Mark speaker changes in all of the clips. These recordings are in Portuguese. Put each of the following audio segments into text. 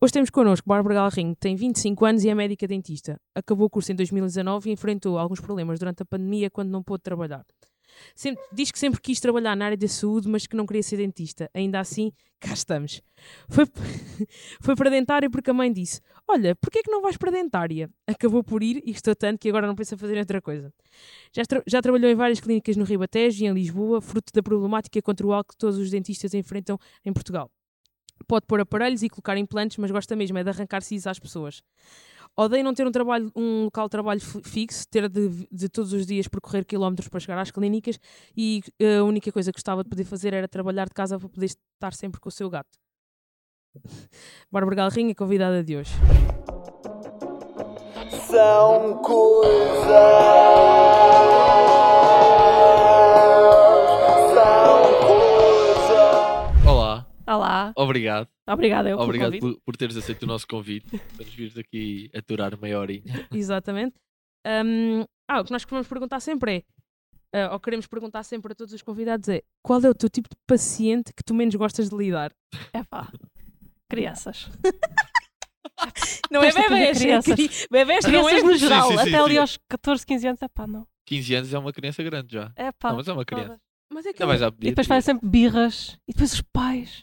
Speaker 1: Hoje temos connosco Bárbara Galrinho, que tem 25 anos e é médica dentista. Acabou o curso em 2019 e enfrentou alguns problemas durante a pandemia quando não pôde trabalhar. Sempre- diz que sempre quis trabalhar na área da saúde, mas que não queria ser dentista. Ainda assim, cá estamos. Foi, foi para a dentária porque a mãe disse: Olha, porquê é que não vais para a dentária? Acabou por ir e gostou tanto que agora não pensa fazer outra coisa. Já, tra- já trabalhou em várias clínicas no Ribatejo e em Lisboa, fruto da problemática contra o álcool que todos os dentistas enfrentam em Portugal. Pode pôr aparelhos e colocar implantes, mas gosta mesmo é de arrancar cis às pessoas. Odeio não ter um, trabalho, um local de trabalho fi- fixo, ter de, de todos os dias percorrer quilómetros para chegar às clínicas e eh, a única coisa que gostava de poder fazer era trabalhar de casa para poder estar sempre com o seu gato. Bárbara Galrinha, convidada de hoje.
Speaker 2: São coisas. São coisas.
Speaker 3: Olá,
Speaker 4: Olá,
Speaker 3: obrigado.
Speaker 4: Tá obrigada É eu
Speaker 3: obrigado
Speaker 4: pelo convite.
Speaker 3: por, por teres aceito o nosso convite para nos vires aqui aturar meia horinha.
Speaker 1: Exatamente. Hum, ah, o que nós queremos perguntar sempre é, ah, ou queremos perguntar sempre a todos os convidados é, qual é o teu tipo de paciente que tu menos gostas de lidar?
Speaker 4: Epá, crianças.
Speaker 1: Não é
Speaker 4: Esta tinha
Speaker 1: bebés, é
Speaker 4: crianças.
Speaker 1: cri- bebés não é
Speaker 4: Crianças no geral,
Speaker 3: sim, sim,
Speaker 4: até ali
Speaker 3: sim.
Speaker 4: aos 14, 15 anos, epá, não.
Speaker 3: 15 anos é uma criança grande já.
Speaker 4: Epá,
Speaker 3: não, mas é uma criança.
Speaker 4: todas.
Speaker 1: Mas é que
Speaker 3: Já vais à
Speaker 4: E depois
Speaker 3: pediatria.
Speaker 4: fazem sempre birras. E depois os pais.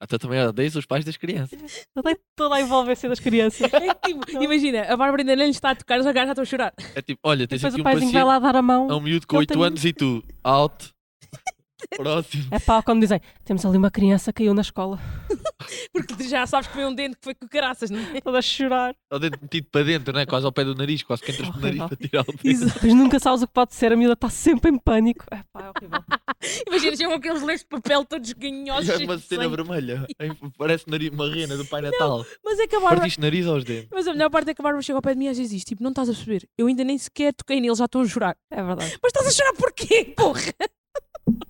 Speaker 3: Ah, tu também odeias os pais das crianças.
Speaker 4: Toda, toda a envolvência das crianças.
Speaker 1: é que, tipo, imagina, a Bárbara ainda nem lhe está a tocar, os gajos já estão a chorar.
Speaker 3: É tipo, olha, tens
Speaker 4: depois
Speaker 3: aqui
Speaker 4: o
Speaker 3: um
Speaker 4: paizinho vai
Speaker 3: paciente,
Speaker 4: lá dar a mão.
Speaker 3: é um miúdo com
Speaker 4: Ele
Speaker 3: 8
Speaker 4: tem-
Speaker 3: anos e tu, alto, próximo.
Speaker 4: Epá, quando dizem, temos ali uma criança que caiu na escola.
Speaker 1: Porque tu já sabes que foi um dente que foi com caraças, não é?
Speaker 4: Toda a chorar.
Speaker 3: Está dentro metido para dentro, né? quase ao pé do nariz, quase que entras no nariz para
Speaker 4: Horrível.
Speaker 3: tirar o dedo.
Speaker 4: Depois nunca sabes o que pode ser. A miúda está sempre em pânico. Epá, é horrível.
Speaker 1: Imagina, chegam aqueles leis de papel todos ganhosos.
Speaker 3: E é
Speaker 1: cheios
Speaker 3: uma
Speaker 1: de
Speaker 3: cena
Speaker 1: sangue.
Speaker 3: vermelha. Aí Parece nariz, uma rena do Pai Natal.
Speaker 1: Mas é que a Bárbara...
Speaker 3: Partiste nariz aos dentes.
Speaker 1: Mas a melhor parte é que a Bárbara chega ao pé de mim e às vezes diz, tipo, não estás a perceber, eu ainda nem sequer toquei nele, já estou a chorar.
Speaker 4: É verdade.
Speaker 1: Mas estás a chorar porquê, porra?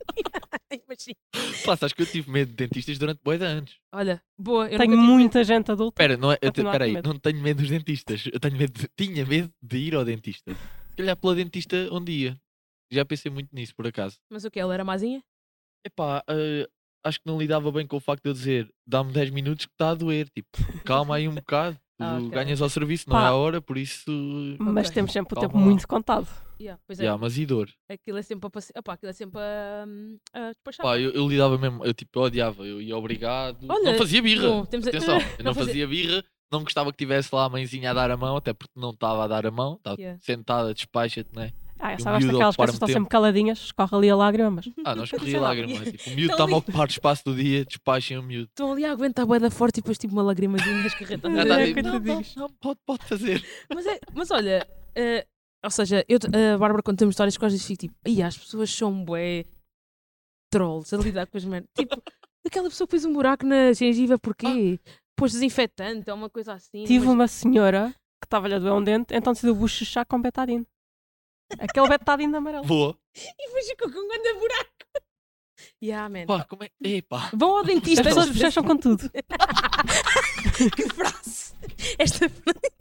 Speaker 1: Imagina.
Speaker 3: Pá, sabes que eu tive medo de dentistas durante boa anos.
Speaker 1: Olha, boa, eu
Speaker 4: Tenho
Speaker 1: nunca
Speaker 4: muita gente adulta.
Speaker 3: um Espera, não é, eu te-
Speaker 4: Continuar
Speaker 3: espera
Speaker 4: com
Speaker 3: aí,
Speaker 4: medo.
Speaker 3: não tenho medo dos dentistas. Eu tenho medo de- tinha medo de ir ao dentista. Se calhar pela dentista um dia. Já pensei muito nisso, por acaso.
Speaker 1: tive- Mas o que? Ela era mazinha?
Speaker 3: Epá, eh, acho que não lidava bem com o facto de eu dizer dá-me 10 minutos que está a doer. Tipo, calma aí um bocado. Tu
Speaker 1: Ah, ok.
Speaker 3: ganhas ao serviço, não é
Speaker 4: Pá.
Speaker 3: a hora, por isso.
Speaker 4: Mas
Speaker 1: Ok.
Speaker 4: temos sempre o
Speaker 3: um Calma
Speaker 4: tempo
Speaker 3: lá.
Speaker 4: muito contado.
Speaker 1: Yeah, pois é,
Speaker 3: Já, mas e dor?
Speaker 1: aquilo é sempre a passe... Opá, aquilo é sempre a, hum, a despachar.
Speaker 3: Pá, eu, eu lidava mesmo, eu tipo, eu odiava, eu ia obrigado.
Speaker 1: Olha,
Speaker 3: não fazia birra.
Speaker 1: bom, temos a-
Speaker 3: Atenção, eu
Speaker 1: Não
Speaker 3: não
Speaker 1: fazia-
Speaker 3: fazia birra, não gostava que tivesse lá a mãezinha a dar a mão, até porque não estava a dar a mão, estava
Speaker 1: Yeah.
Speaker 3: sentada, despacha-te, né?
Speaker 4: Ah, eu
Speaker 3: E
Speaker 4: só
Speaker 3: o
Speaker 4: gosto
Speaker 3: miúdo ocupar-me
Speaker 4: daquelas pessoas que estão
Speaker 3: tempo.
Speaker 4: sempre caladinhas, escorre ali a lágrima, mas
Speaker 3: Ah, não escorria
Speaker 1: Sei lá,
Speaker 3: lágrimas.
Speaker 1: e-
Speaker 3: é Tipo, o miúdo
Speaker 1: Tão
Speaker 3: está-me a
Speaker 1: li-
Speaker 3: ocupar espaço do dia, despachem o miúdo.
Speaker 1: Estão ali a aguentar a boeda forte e depois tipo uma lagrimazinha escarreta.
Speaker 4: Mas
Speaker 3: Já está
Speaker 4: é,
Speaker 3: tipo, não, não,
Speaker 4: coitadinhos.
Speaker 3: não, pode, pode fazer.
Speaker 1: mas, é, mas olha, eh, ou seja, eu, a Bárbara quando temos histórias que às vezes fico tipo, ai as pessoas são bué trolls a lidar com as merdas. Tipo, aquela pessoa que fez um buraco na gengiva porquê? Pôs desinfetante ou uma coisa assim.
Speaker 4: Tive um
Speaker 1: mas-
Speaker 4: uma senhora que estava-lhe a doer um dente, então decidiu bochechar com betadine. Aquele betadine amarelo.
Speaker 3: Boa.
Speaker 1: E depois ficou com um grande buraco. Yeah, man.
Speaker 3: Pá, como é? Epá.
Speaker 1: Vão ao
Speaker 4: As
Speaker 1: dentista.
Speaker 4: pessoas
Speaker 1: antes de-
Speaker 4: bochecham com tudo.
Speaker 1: Que frase! Esta frase.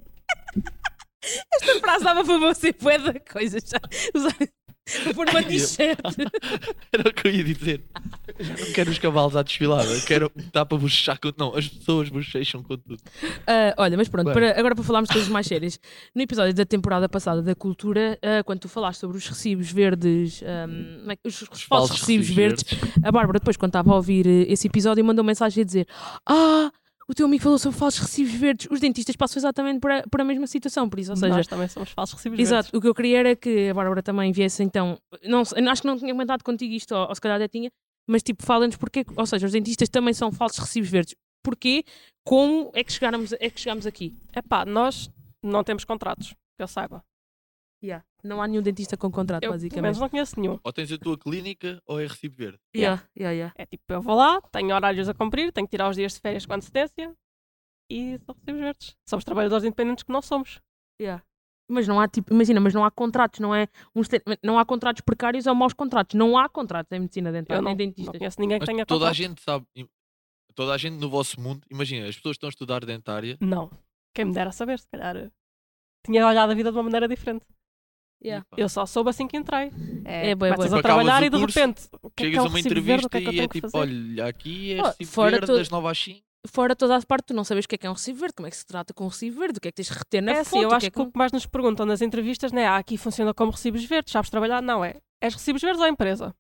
Speaker 1: Esta frase dava para você bué da coisa já. Usar... Pôr uma
Speaker 3: Ai, eu-
Speaker 1: t-shirt.
Speaker 3: Era o que eu ia dizer. Já não quero os cavalos à desfilada, quero estar para bochechar com. Não, as pessoas bochecham com tudo.
Speaker 1: Ah, olha, mas pronto,
Speaker 3: Bem.
Speaker 1: para- agora para falarmos de coisas mais sérias. No episódio da temporada passada da Cultura, ah, quando tu falaste sobre os recibos verdes, ahm, como é que- os, falsos, recibos, verdes, a Bárbara, depois, quando estava a ouvir eh, esse episódio, mandou mensagem a dizer: Ah, o teu amigo falou sobre falsos recibos verdes. Os dentistas passam exatamente para, para a mesma situação, por isso, ou seja,
Speaker 4: Nós também somos falsos recibos
Speaker 1: Exato, o que eu queria era que a Bárbara também viesse então, não, sei- acho que não tinha comentado contigo isto, ou, ou se calhar até tinha, mas tipo, fala-nos porque, ou seja, os dentistas também são falsos recibos verdes. Porquê? Como é que chegámos, é que chegámos aqui?
Speaker 4: verdes. Epá, nós não temos contratos, que eu saiba.
Speaker 1: Não há nenhum dentista com contrato,
Speaker 4: Eu, pelo menos,
Speaker 1: basicamente.
Speaker 4: não conheço nenhum.
Speaker 3: Ou tens a tua clínica ou é recibo verde.
Speaker 1: Yeah, yeah, yeah.
Speaker 4: É tipo, eu vou lá, tenho horários a cumprir, tenho que tirar os dias de férias com antecedência e são recibos verdes. Somos trabalhadores independentes que não somos.
Speaker 1: yeah. Mas não há tipo, imagina, mas não há contratos, não é uns te- não há contratos precários ou maus contratos, não há contratos em medicina dental,
Speaker 4: Eu
Speaker 1: nem
Speaker 4: não, não
Speaker 1: dentistas.
Speaker 4: conheço ninguém É que
Speaker 3: Mas
Speaker 4: tenha
Speaker 3: toda a
Speaker 4: contratos.
Speaker 3: gente sabe. im- Toda a gente no vosso mundo, imagina, as pessoas estão a estudar dentária
Speaker 4: Não. Quem me dera saber, se calhar. eh, Tinha olhado a vida de uma maneira diferente.
Speaker 1: Yeah.
Speaker 3: Epá.
Speaker 4: Eu só soube assim que entrei. É,
Speaker 1: É, bué,
Speaker 4: começas
Speaker 1: bué.
Speaker 4: a trabalhar
Speaker 3: Acabas o
Speaker 4: e de
Speaker 3: curso,
Speaker 4: repente o que é que é
Speaker 3: chegas
Speaker 4: o
Speaker 3: a uma
Speaker 4: recibo verde,
Speaker 3: entrevista
Speaker 4: o que é que eu
Speaker 3: e é
Speaker 4: tenho que
Speaker 3: tipo,
Speaker 4: fazer?
Speaker 3: olha, aqui é
Speaker 1: Oh,
Speaker 3: recibo
Speaker 1: fora
Speaker 3: verde
Speaker 1: todo-
Speaker 3: das 9 às 5,
Speaker 1: Fora toda a parte, tu não sabes o que é que é um recibo verde, como é que se trata com um recibo verde, o que é que tens de reter na
Speaker 4: é
Speaker 1: foto.
Speaker 4: assim, eu
Speaker 1: o
Speaker 4: acho
Speaker 1: é
Speaker 4: que o que mais nos perguntam nas entrevistas não é ah, aqui funciona como recibos verdes, sabes trabalhar? Não é. És recibos verdes ou empresa?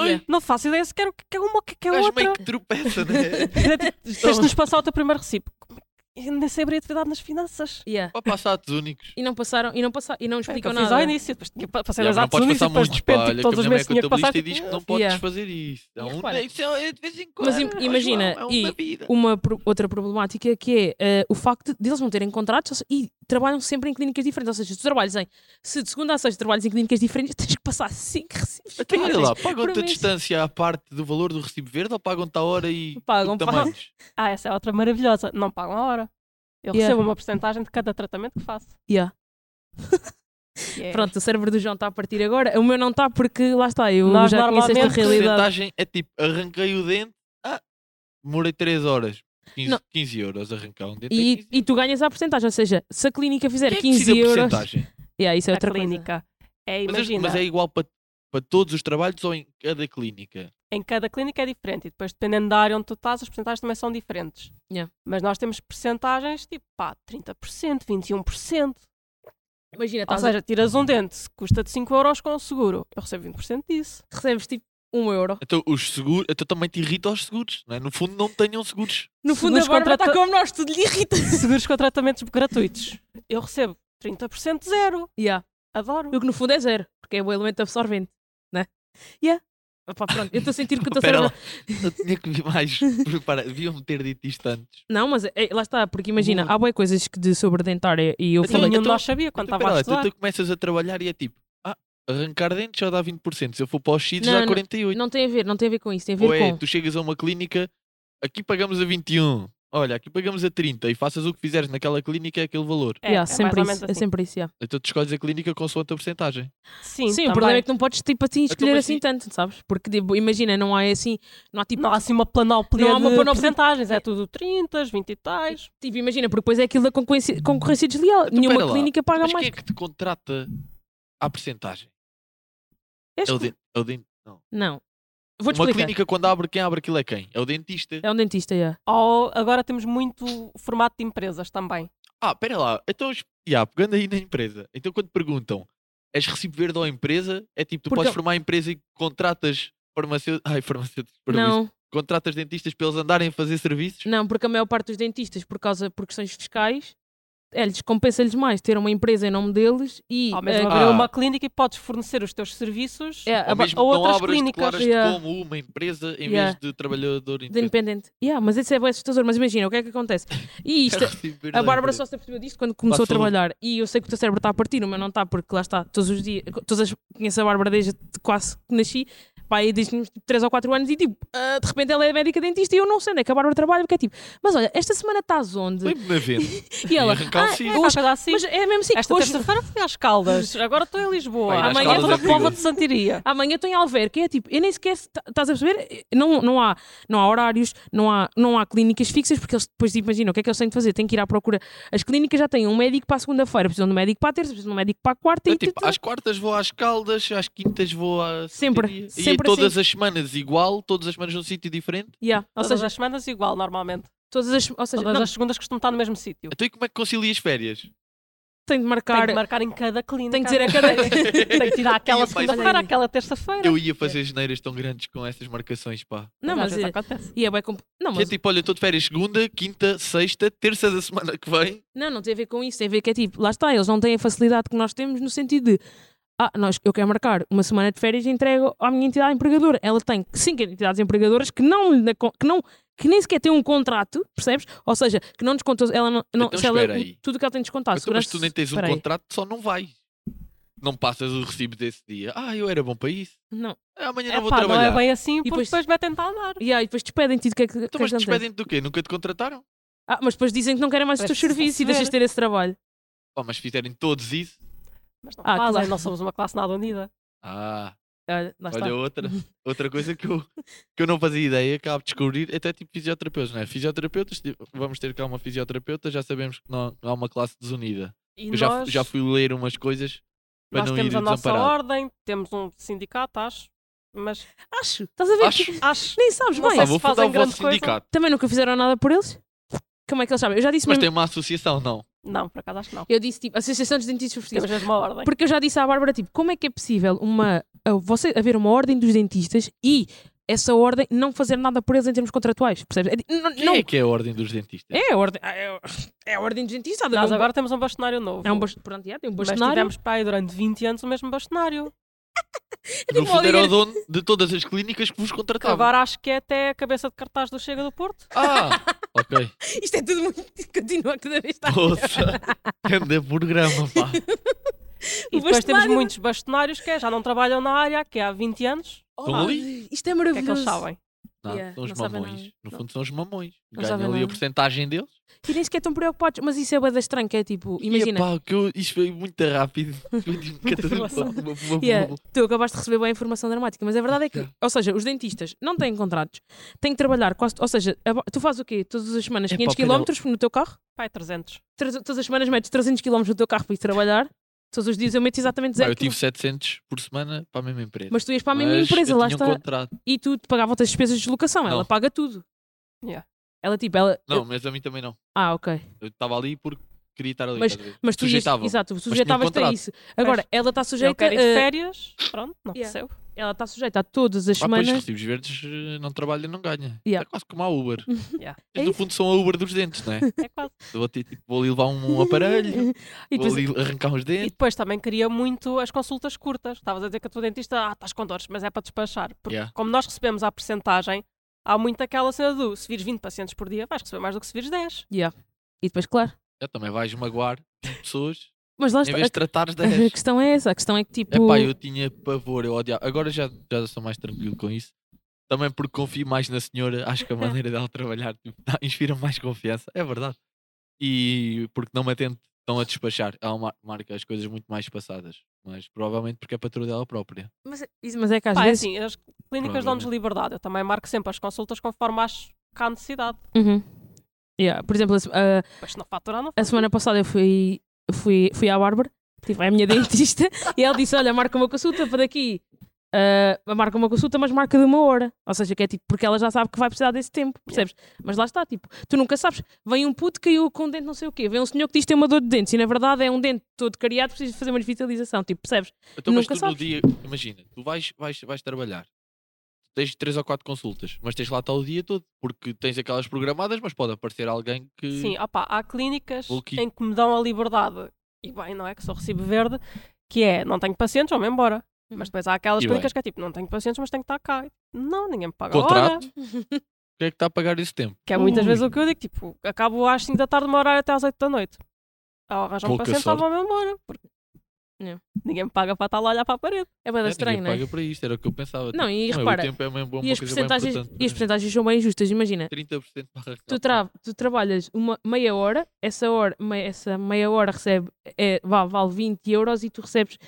Speaker 1: Yeah.
Speaker 4: Não faço ideia sequer o que é uma o que é
Speaker 3: Mas
Speaker 4: outra.
Speaker 3: meio que tropeça, né?
Speaker 4: É tipo, Tens de nos passar o teu primeiro recibo. Como é que- Eu nem sei abrir atividade nas finanças.
Speaker 1: Yeah.
Speaker 3: Ou passados únicos.
Speaker 1: E não passaram, e não passaram, e não
Speaker 4: É o que
Speaker 1: explicam
Speaker 4: eu fiz
Speaker 1: nada.
Speaker 4: ao início, depois tinha, pa- passei
Speaker 3: Yeah, mas
Speaker 4: nos
Speaker 3: não
Speaker 4: atos
Speaker 3: podes
Speaker 4: únicos e
Speaker 3: passar
Speaker 4: depois
Speaker 3: muitos,
Speaker 4: de
Speaker 3: pá.
Speaker 4: repente tipo,
Speaker 3: Olha, que
Speaker 4: todos
Speaker 3: a
Speaker 4: os
Speaker 3: minha mãe é
Speaker 4: meses tinha que passar.
Speaker 3: contabilista e diz que não podes
Speaker 1: Yeah.
Speaker 3: fazer isso. É,
Speaker 1: E
Speaker 3: um,
Speaker 1: repara-
Speaker 3: isso é, é de vez em quando.
Speaker 1: Mas im-
Speaker 3: ó João,
Speaker 1: imagina,
Speaker 3: é uma
Speaker 1: e
Speaker 3: vida.
Speaker 1: Uma pro- outra problemática que é eh, o facto de eles não terem contratos e trabalham sempre em clínicas diferentes. Ou seja, se tu trabalhas em, se de segunda a sexta trabalhas em clínicas diferentes, tens que passar cinco recibos.
Speaker 3: Até
Speaker 4: Então,
Speaker 3: olha lá,
Speaker 1: verdes.
Speaker 3: pagam-te a
Speaker 1: Promessa.
Speaker 3: distância à parte do valor do recibo verde ou pagam-te a hora e
Speaker 1: Pagam,
Speaker 3: o
Speaker 1: pagam.
Speaker 3: tamanhos?
Speaker 4: Ah, essa é outra maravilhosa. Não pagam a hora. Eu
Speaker 1: Yeah.
Speaker 4: recebo uma porcentagem de cada tratamento que faço. é
Speaker 1: Yeah.
Speaker 4: Yeah.
Speaker 1: Pronto, o cérebro do João está a partir agora. O meu não está porque lá está, eu
Speaker 4: Nós
Speaker 1: já conheço esta
Speaker 4: normalmente-
Speaker 1: realidade.
Speaker 3: porcentagem é tipo, arranquei o dente, ah, demorei 3 horas. 15,
Speaker 1: Não.
Speaker 3: 15 euros arrancar um dente. é
Speaker 1: E,
Speaker 3: 15.
Speaker 1: e tu ganhas a porcentagem, ou seja, se a clínica fizer
Speaker 3: Quem é que
Speaker 1: 15
Speaker 3: decide a
Speaker 1: euros.
Speaker 3: porcentagem?
Speaker 1: Yeah, isso é
Speaker 4: A
Speaker 1: outra coisa.
Speaker 4: clínica.
Speaker 3: Mas,
Speaker 4: É,
Speaker 3: é-
Speaker 4: imagina,
Speaker 3: mas é igual para, para todos os trabalhos ou em cada clínica?
Speaker 4: em cada clínica é diferente. E depois, dependendo da área onde tu estás, as porcentagens também são diferentes.
Speaker 1: Yeah.
Speaker 4: Mas nós temos porcentagens tipo, pá, 30%, 21%.
Speaker 1: Imagina,
Speaker 4: Ou
Speaker 1: estás a-
Speaker 4: se€ seja, tiras um dente, custa-te 5 euros com o seguro. Eu recebo 20% disso.
Speaker 1: recebes tipo 1 euro.
Speaker 3: Então, os seguros, então também te irrita os seguros, não é? No fundo, não tenham seguros.
Speaker 1: No fundo,
Speaker 4: Seguros
Speaker 1: a Bárbara está
Speaker 4: contrata-
Speaker 1: como nós, tudo lhe irrita.
Speaker 4: Seguros com tratamentos gratuitos. Eu recebo 30% zero.
Speaker 1: Yeah.
Speaker 4: Adoro.
Speaker 1: O que no fundo é zero, porque é o elemento absorvente, né? Yeah. Opa, pronto, eu estou a sentir que o teu
Speaker 3: Espera
Speaker 1: cérebro.
Speaker 3: lá, eu tinha que vir mais. Para, deviam ter dito isto antes.
Speaker 1: Não, mas é- lá está, porque imagina,
Speaker 3: Boa.
Speaker 1: há boas coisas que de sobre dentária e eu
Speaker 3: Mas
Speaker 1: falei.
Speaker 4: Nenhum
Speaker 3: eu
Speaker 4: de
Speaker 3: tô-
Speaker 4: nós sabia quando
Speaker 3: Então,
Speaker 4: estava a
Speaker 3: espera lá,
Speaker 4: estudar.
Speaker 3: tu, tu começas a trabalhar e é tipo, ah, arrancar dentes já dá 20%, se eu for para os X
Speaker 1: Não,
Speaker 3: dá
Speaker 1: não,
Speaker 3: 48%.
Speaker 1: Não tem a ver, não tem a ver com isso, tem a ver
Speaker 3: Ou é,
Speaker 1: com.
Speaker 3: tu chegas a uma clínica, aqui pagamos a 21, olha, aqui pagamos a 30 e faças o que fizeres naquela clínica é aquele valor.
Speaker 4: É,
Speaker 1: Yeah,
Speaker 4: é
Speaker 1: sempre
Speaker 4: mais
Speaker 1: isso,
Speaker 4: ou
Speaker 1: é
Speaker 4: menos assim.
Speaker 1: sempre isso. yeah.
Speaker 3: Então tu escolhes a clínica consoante a porcentagem.
Speaker 4: Sim,
Speaker 1: Sim,
Speaker 4: também.
Speaker 1: o problema é que não podes tipo assim
Speaker 3: Então,
Speaker 1: escolher
Speaker 3: mas
Speaker 1: assim
Speaker 3: e-
Speaker 1: tanto, sabes? Porque tipo, imagina, não há assim, não há tipo,
Speaker 4: Não há assim uma planóplia
Speaker 1: Não há uma
Speaker 4: de
Speaker 1: planóplia.
Speaker 4: porcentagens. É tudo 30, 20 e tais.
Speaker 1: tipo, imagina, porque depois é aquilo da concorrência, concorrência desleal.
Speaker 3: Hum. Então,
Speaker 1: Nenhuma
Speaker 3: pera lá,
Speaker 1: clínica paga
Speaker 3: Mas
Speaker 1: mais.
Speaker 3: quem é que te contrata à porcentagem?
Speaker 4: És
Speaker 3: É o
Speaker 4: tu.
Speaker 3: dentista. É o dentista. Não.
Speaker 1: Não. Vou-te
Speaker 3: Uma
Speaker 1: explicar.
Speaker 3: clínica quando abre, quem abre aquilo é quem? É o dentista.
Speaker 1: É um dentista, yeah.
Speaker 4: Ou agora temos muito formato de empresas também.
Speaker 3: Ah, pera lá. Então, es- já, pegando aí na empresa. Então quando perguntam, és recibo verde ou empresa? É tipo, tu
Speaker 1: Porque
Speaker 3: podes
Speaker 1: eu-
Speaker 3: formar a empresa e contratas farmacêuticos. Ai, farmacêuticos, perdão, isso.
Speaker 1: Não,
Speaker 3: Contratas dentistas para eles andarem a fazer serviços?
Speaker 1: não, porque a maior parte dos dentistas, por causa por questões fiscais, é-lhes compensa-lhes mais ter uma empresa em nome deles e
Speaker 4: Ou mesmo
Speaker 1: eh,
Speaker 4: abrir
Speaker 3: Ah.
Speaker 4: uma clínica e podes fornecer os teus serviços
Speaker 1: é, a
Speaker 3: Ou
Speaker 1: ba-
Speaker 3: mesmo
Speaker 4: ou
Speaker 3: não
Speaker 4: outras
Speaker 3: abras,
Speaker 4: clínicas,
Speaker 3: declaras-te
Speaker 1: yeah.
Speaker 3: como uma empresa em
Speaker 1: Yeah.
Speaker 3: vez de trabalhador
Speaker 1: de
Speaker 3: independente.
Speaker 1: independente. Yeah, mas isso é bem assustador, mas imagina, o que é que acontece? E isto, é
Speaker 3: Recibo verde
Speaker 1: a
Speaker 3: ou
Speaker 1: Bárbara
Speaker 3: empresa?
Speaker 1: só se apercebeu disto quando começou a
Speaker 3: Passa logo.
Speaker 1: trabalhar e eu sei que o teu cérebro está a partir, o meu não está, porque lá está, todos os dias, todas as, conheço a Bárbara desde quase que nasci, pá, aí desde uns 3 ou 4 anos e tipo, ah, de repente ela é médica dentista e eu não sei onde é que a Bárbara trabalha, porque é tipo, mas olha, esta semana estás onde?
Speaker 3: Lembro-me na venda.
Speaker 1: E ela,
Speaker 3: arrancar o
Speaker 1: ah,
Speaker 3: siso."
Speaker 4: É,
Speaker 1: hoje-
Speaker 4: qualquer coisa assim.
Speaker 1: mas é mesmo assim,
Speaker 4: Esta
Speaker 1: hoje,
Speaker 4: terça-feira fui às Caldas. Agora estou em Lisboa.
Speaker 3: Vai, às
Speaker 4: Amanhã
Speaker 3: Caldas
Speaker 4: estou na
Speaker 3: é perigoso.
Speaker 4: Póvoa de Santiria.
Speaker 1: amanhã estou em Alverca, é tipo, eu nem sequer, tá- estás a perceber? Não, não, há, não há horários, não há, não há clínicas fixas, porque eles depois imaginam o que é que eles têm de fazer, têm que ir à procura. As clínicas já têm um médico para a segunda-feira, precisam de um médico para a terça, precisam de um médico para a quarta
Speaker 3: Eu,
Speaker 1: e
Speaker 3: tipo,
Speaker 1: tudo.
Speaker 3: às quartas vou às caldas, às quintas vou à.
Speaker 1: Sempre,
Speaker 3: Santiria. E
Speaker 1: sempre
Speaker 3: todas
Speaker 1: assim.
Speaker 3: as semanas igual, todas as semanas num sítio diferente.
Speaker 1: Yeah, Ou
Speaker 4: Todas
Speaker 1: seja,
Speaker 4: as semanas igual, normalmente.
Speaker 1: todas as, ou seja,
Speaker 4: Todas
Speaker 1: não,
Speaker 4: as segundas costumo estar no mesmo sítio.
Speaker 3: Então e como é que concilias férias?
Speaker 1: tenho de
Speaker 4: Tenho
Speaker 1: marcar,
Speaker 4: que marcar em cada clínica.
Speaker 1: tenho que dizer a cada...
Speaker 4: Tenho que tirar aquela
Speaker 3: Eu faço
Speaker 4: segunda-feira,
Speaker 1: isso.
Speaker 4: aquela terça-feira.
Speaker 3: Eu ia
Speaker 1: é.
Speaker 3: fazer janeiras tão grandes com essas marcações, pá.
Speaker 1: Não,
Speaker 4: Às
Speaker 1: mas...
Speaker 4: vezes
Speaker 1: é-
Speaker 4: acontece.
Speaker 1: E é bem compl- Não,
Speaker 3: Que é
Speaker 1: mas
Speaker 3: tipo, olha, eu estou de férias segunda, quinta, sexta, terça da semana que vem.
Speaker 1: Não, não tem a ver com isso, tem a ver que é tipo, lá está, eles não têm a facilidade que nós temos no sentido de ah, nós, eu quero marcar uma semana de férias e entrego à minha entidade empregadora. Ela tem cinco entidades empregadoras que não lhe dá con- que não que nem sequer têm um contrato, percebes? Ou seja, que não descontou, ela não, não
Speaker 3: Então
Speaker 1: se ela,
Speaker 3: espera aí.
Speaker 1: o- tudo que ela tem descontado,
Speaker 3: Então, mas tu nem tens um
Speaker 1: Ah, Espera aí.
Speaker 3: contrato, só não vais. Não passas o recibo desse dia. Ah, eu era bom para isso.
Speaker 1: Não.
Speaker 3: Ah, Amanhã
Speaker 4: É
Speaker 3: não vou
Speaker 4: pá, não
Speaker 3: trabalhar.
Speaker 4: é bem assim, porque
Speaker 1: depois-
Speaker 4: depois metem-te a andar.
Speaker 1: E aí depois despedem-te e do que é que,
Speaker 3: Então,
Speaker 1: que é
Speaker 3: mas
Speaker 1: que acontece?
Speaker 3: despedem-te do quê? Nunca te contrataram?
Speaker 1: Ah, mas depois dizem que não querem mais os teus
Speaker 4: Mas se
Speaker 1: serviços e
Speaker 4: souber.
Speaker 1: deixas de ter esse trabalho.
Speaker 3: Pá, mas fizerem todos isso.
Speaker 4: Mas não
Speaker 1: Ah,
Speaker 4: fazem,
Speaker 1: claro.
Speaker 4: não somos uma classe nada unida.
Speaker 3: Ah,
Speaker 1: Olha, lá está.
Speaker 3: olha outra, outra coisa que eu, que eu não fazia ideia, acabo de descobrir, até tipo fisioterapeutas, não é? Fisioterapeutas, tipo, vamos ter cá uma fisioterapeuta, já sabemos que não, não há uma classe desunida.
Speaker 4: E
Speaker 3: Eu já, fu-
Speaker 4: nós,
Speaker 3: já fui ler umas coisas para
Speaker 4: nós
Speaker 3: não ir
Speaker 4: temos a nossa
Speaker 3: desamparado.
Speaker 4: ordem, temos um sindicato, acho. Mas
Speaker 1: Acho. Estás a ver?
Speaker 3: Acho.
Speaker 4: acho.
Speaker 1: Nem sabes
Speaker 4: Não
Speaker 1: bem.
Speaker 4: sei
Speaker 3: Ah,
Speaker 4: se
Speaker 3: vou
Speaker 4: fazem
Speaker 3: fundar o vosso
Speaker 4: grande coisa.
Speaker 3: sindicato.
Speaker 1: Também nunca fizeram nada por eles? Como é que eles sabem? Eu já disse
Speaker 3: Mas
Speaker 1: mesmo-
Speaker 3: tem uma associação, não.
Speaker 4: Não, por acaso acho que não.
Speaker 1: Eu disse tipo, Associação dos Dentistas
Speaker 4: Temos
Speaker 1: Portugueses.
Speaker 4: mesmo uma ordem.
Speaker 1: Porque eu já disse à Bárbara, tipo, como é que é possível uma, a- você haver uma ordem dos dentistas e essa ordem não fazer nada por eles em termos contratuais? Percebes? É, di- n-
Speaker 3: Quem
Speaker 1: não,
Speaker 3: é que é a ordem dos dentistas?
Speaker 1: é a ordem, é, é a ordem dos dentistas. há de
Speaker 4: Nós
Speaker 1: haver um-
Speaker 4: agora temos um bastonário novo.
Speaker 1: É um, bast... Pronto, yeah, tem um
Speaker 4: Mas
Speaker 1: bastonário.
Speaker 4: tivemos para aí durante 20 anos o mesmo bastonário.
Speaker 1: digo,
Speaker 3: No fundo era
Speaker 1: olha-
Speaker 3: o dono de todas as clínicas que vos
Speaker 4: Que
Speaker 3: contratavam.
Speaker 4: agora acho que é até a cabeça de cartaz do Chega do Porto.
Speaker 3: Ah, ok.
Speaker 1: Isto é tudo muito. Continua cada vez está.
Speaker 3: Poça. Grande programa, pá.
Speaker 1: O
Speaker 4: E depois temos
Speaker 1: bastonário-
Speaker 4: muitos bastonários que é, já não trabalham na área, que há 20 anos.
Speaker 3: Estão ali?
Speaker 1: Isto é
Speaker 4: O que é que
Speaker 1: maravilhoso.
Speaker 4: eles sabem?
Speaker 3: Não,
Speaker 1: Yeah,
Speaker 3: são os
Speaker 1: não sabem
Speaker 3: mamões.
Speaker 1: nada.
Speaker 3: No
Speaker 1: Não.
Speaker 3: fundo são os mamões.
Speaker 1: Não
Speaker 3: Ganham
Speaker 1: sabem
Speaker 3: ali a
Speaker 1: nada.
Speaker 3: porcentagem deles.
Speaker 1: E nem sequer estão preocupados. Mas isso é bada estranho, que é tipo, imagina.
Speaker 3: E, epá, que eu, isto foi muito rápido. Eu tive que catar uma-
Speaker 4: informação.
Speaker 3: uma- uma-
Speaker 1: Yeah,
Speaker 3: uma-
Speaker 1: tu acabaste de receber bem a informação dramática, mas a verdade é que,
Speaker 3: Uhum. Yeah.
Speaker 1: ou seja, os dentistas não têm contratos, têm que trabalhar quase, ou seja, a bo- tu fazes o quê? Todas as semanas
Speaker 3: Epá,
Speaker 1: 500
Speaker 3: Pedro.
Speaker 1: km no teu carro?
Speaker 4: Pai, 300.
Speaker 1: Tre- Todas as semanas metes 300 km no teu carro para ir trabalhar? Todos os dias eu meto exatamente
Speaker 3: Pá,
Speaker 1: zero.
Speaker 3: eu tive
Speaker 1: quilómetros.
Speaker 3: 700 por semana para a mesma empresa.
Speaker 1: é Mas tu ias para a mesma
Speaker 3: Mas
Speaker 1: empresa,
Speaker 3: eu
Speaker 1: lá
Speaker 3: tinha um
Speaker 1: está,
Speaker 3: contrato.
Speaker 1: e tu te pagavam as despesas de deslocação, ela
Speaker 3: Não.
Speaker 1: paga tudo.
Speaker 4: Yeah.
Speaker 1: Ela tipo, ela.
Speaker 3: Não, mas a mim também não.
Speaker 1: Ah, ok.
Speaker 3: Eu estava ali porque queria estar ali.
Speaker 1: Mas-
Speaker 3: estás a ver?
Speaker 1: Mas tu ias,
Speaker 3: Sujeitava-me.
Speaker 1: exato,
Speaker 3: tinha um
Speaker 1: sujeitavas-te a
Speaker 3: contrato.
Speaker 1: isso. Agora, ela está
Speaker 4: Já
Speaker 1: sujeita,
Speaker 4: quero ir de
Speaker 1: a-
Speaker 4: férias. Pronto, não
Speaker 1: é, eh, yeah.
Speaker 4: percebo.
Speaker 1: ela está sujeita a todas as
Speaker 3: Ah, pois,
Speaker 1: semanas.
Speaker 3: recibos verdes eh, não trabalha, não ganha.
Speaker 1: Yeah.
Speaker 3: É quase como a Uber.
Speaker 4: Yeah.
Speaker 1: É
Speaker 3: Eles, no
Speaker 1: isso.
Speaker 3: fundo, são a Uber dos dentes, não é?
Speaker 4: É quase.
Speaker 3: Eu Vou, ter, tipo, vou ali levar um aparelho,
Speaker 1: E
Speaker 3: vou
Speaker 1: depois-
Speaker 3: ali arrancar uns
Speaker 4: E
Speaker 3: dentes.
Speaker 4: depois também queria muito as consultas curtas. Estavas a dizer que a tua dentista, ah, estás com dores, mas é para despachar. Porque
Speaker 3: Yeah.
Speaker 4: como nós recebemos à percentagem, há muito aquela cena do se vires 20 pacientes por dia, vais receber mais do que se vires 10.
Speaker 1: e depois, claro.
Speaker 3: Já também vais magoar pessoas
Speaker 1: Mas lá
Speaker 3: em
Speaker 1: está.
Speaker 3: vez de tratares
Speaker 1: A
Speaker 3: 10.
Speaker 1: questão é essa, a questão é que tipo.
Speaker 3: Epá, eu tinha pavor, eu odiava. Agora já, já estou mais tranquilo com isso. Também porque confio mais na senhora, acho que a maneira dela trabalhar tipo, dá- inspira mais confiança, é verdade. E porque não me atento, estão a despachar. Ela mar- marca as coisas muito mais passadas, mas provavelmente porque é patroa dela própria.
Speaker 1: Mas, isso- mas é que às
Speaker 4: Pá, é
Speaker 1: vezes.
Speaker 4: assim, as clínicas dão-nos
Speaker 3: Provavelmente.
Speaker 4: liberdade. Eu também marco sempre as consultas conforme acho que há necessidade.
Speaker 1: Uhum. Yeah, Por exemplo, a, se- a-
Speaker 4: Mas se não faturar, não
Speaker 1: a semana passada eu fui, fui, fui à Bárbara, tipo, é a minha dentista, e ela disse: Olha, marca uma consulta para daqui. Ah, marca uma consulta, mas marca de uma hora. Ou seja, que é tipo, porque ela já sabe que vai precisar desse tempo, percebes? Mas lá está, tipo, tu nunca sabes. Vem um puto que caiu com um dente não sei o quê, vem um senhor que diz que tem uma dor de dentes e na verdade é um dente todo cariado, precisa de fazer uma revitalização, tipo, percebes?
Speaker 3: Então, mas
Speaker 1: Nunca
Speaker 3: tu
Speaker 1: sabes.
Speaker 3: no dia, imagina, tu vais, vais, vais trabalhar, tens três ou quatro consultas, mas tens lá estar o dia todo, porque tens aquelas programadas, mas pode aparecer alguém que.
Speaker 4: Sim, opá, há clínicas
Speaker 3: Hum. Vou aqui.
Speaker 4: em que me dão a liberdade, e bem, não é que só recebo verde, que é não tenho pacientes, vou-me embora.
Speaker 1: Hum.
Speaker 4: Mas depois há aquelas
Speaker 3: E
Speaker 4: clínicas que é tipo, não tenho pacientes, mas tenho que estar cá. Não, ninguém me paga a hora.
Speaker 3: Contrato? Quem é que está a pagar esse tempo?
Speaker 4: Que é muitas
Speaker 3: Ui.
Speaker 4: vezes o que eu digo, tipo, acabo às 5 da tarde, uma hora até às 8 da noite. Ao arranjar um
Speaker 3: Pouca
Speaker 4: paciente,
Speaker 3: sorte.
Speaker 4: vou-me embora. Porque
Speaker 1: Não.
Speaker 4: ninguém me paga para estar lá a olhar para a parede.
Speaker 1: É bem
Speaker 3: É,
Speaker 1: estranho,
Speaker 3: ninguém
Speaker 1: não é?
Speaker 3: paga para isto, era o que eu pensava.
Speaker 1: Não, e
Speaker 3: Não,
Speaker 1: repara,
Speaker 3: o tempo é mesmo bom,
Speaker 1: E
Speaker 3: uma
Speaker 1: as,
Speaker 3: coisa
Speaker 1: percentagens,
Speaker 3: bem importante. é?
Speaker 1: e as percentagens são bem justas, imagina.
Speaker 3: 30% para arrancar.
Speaker 1: Tu, tra tu trabalhas uma meia hora, essa hora, me- essa meia hora recebe, é, vá- vale 20 euros e tu recebes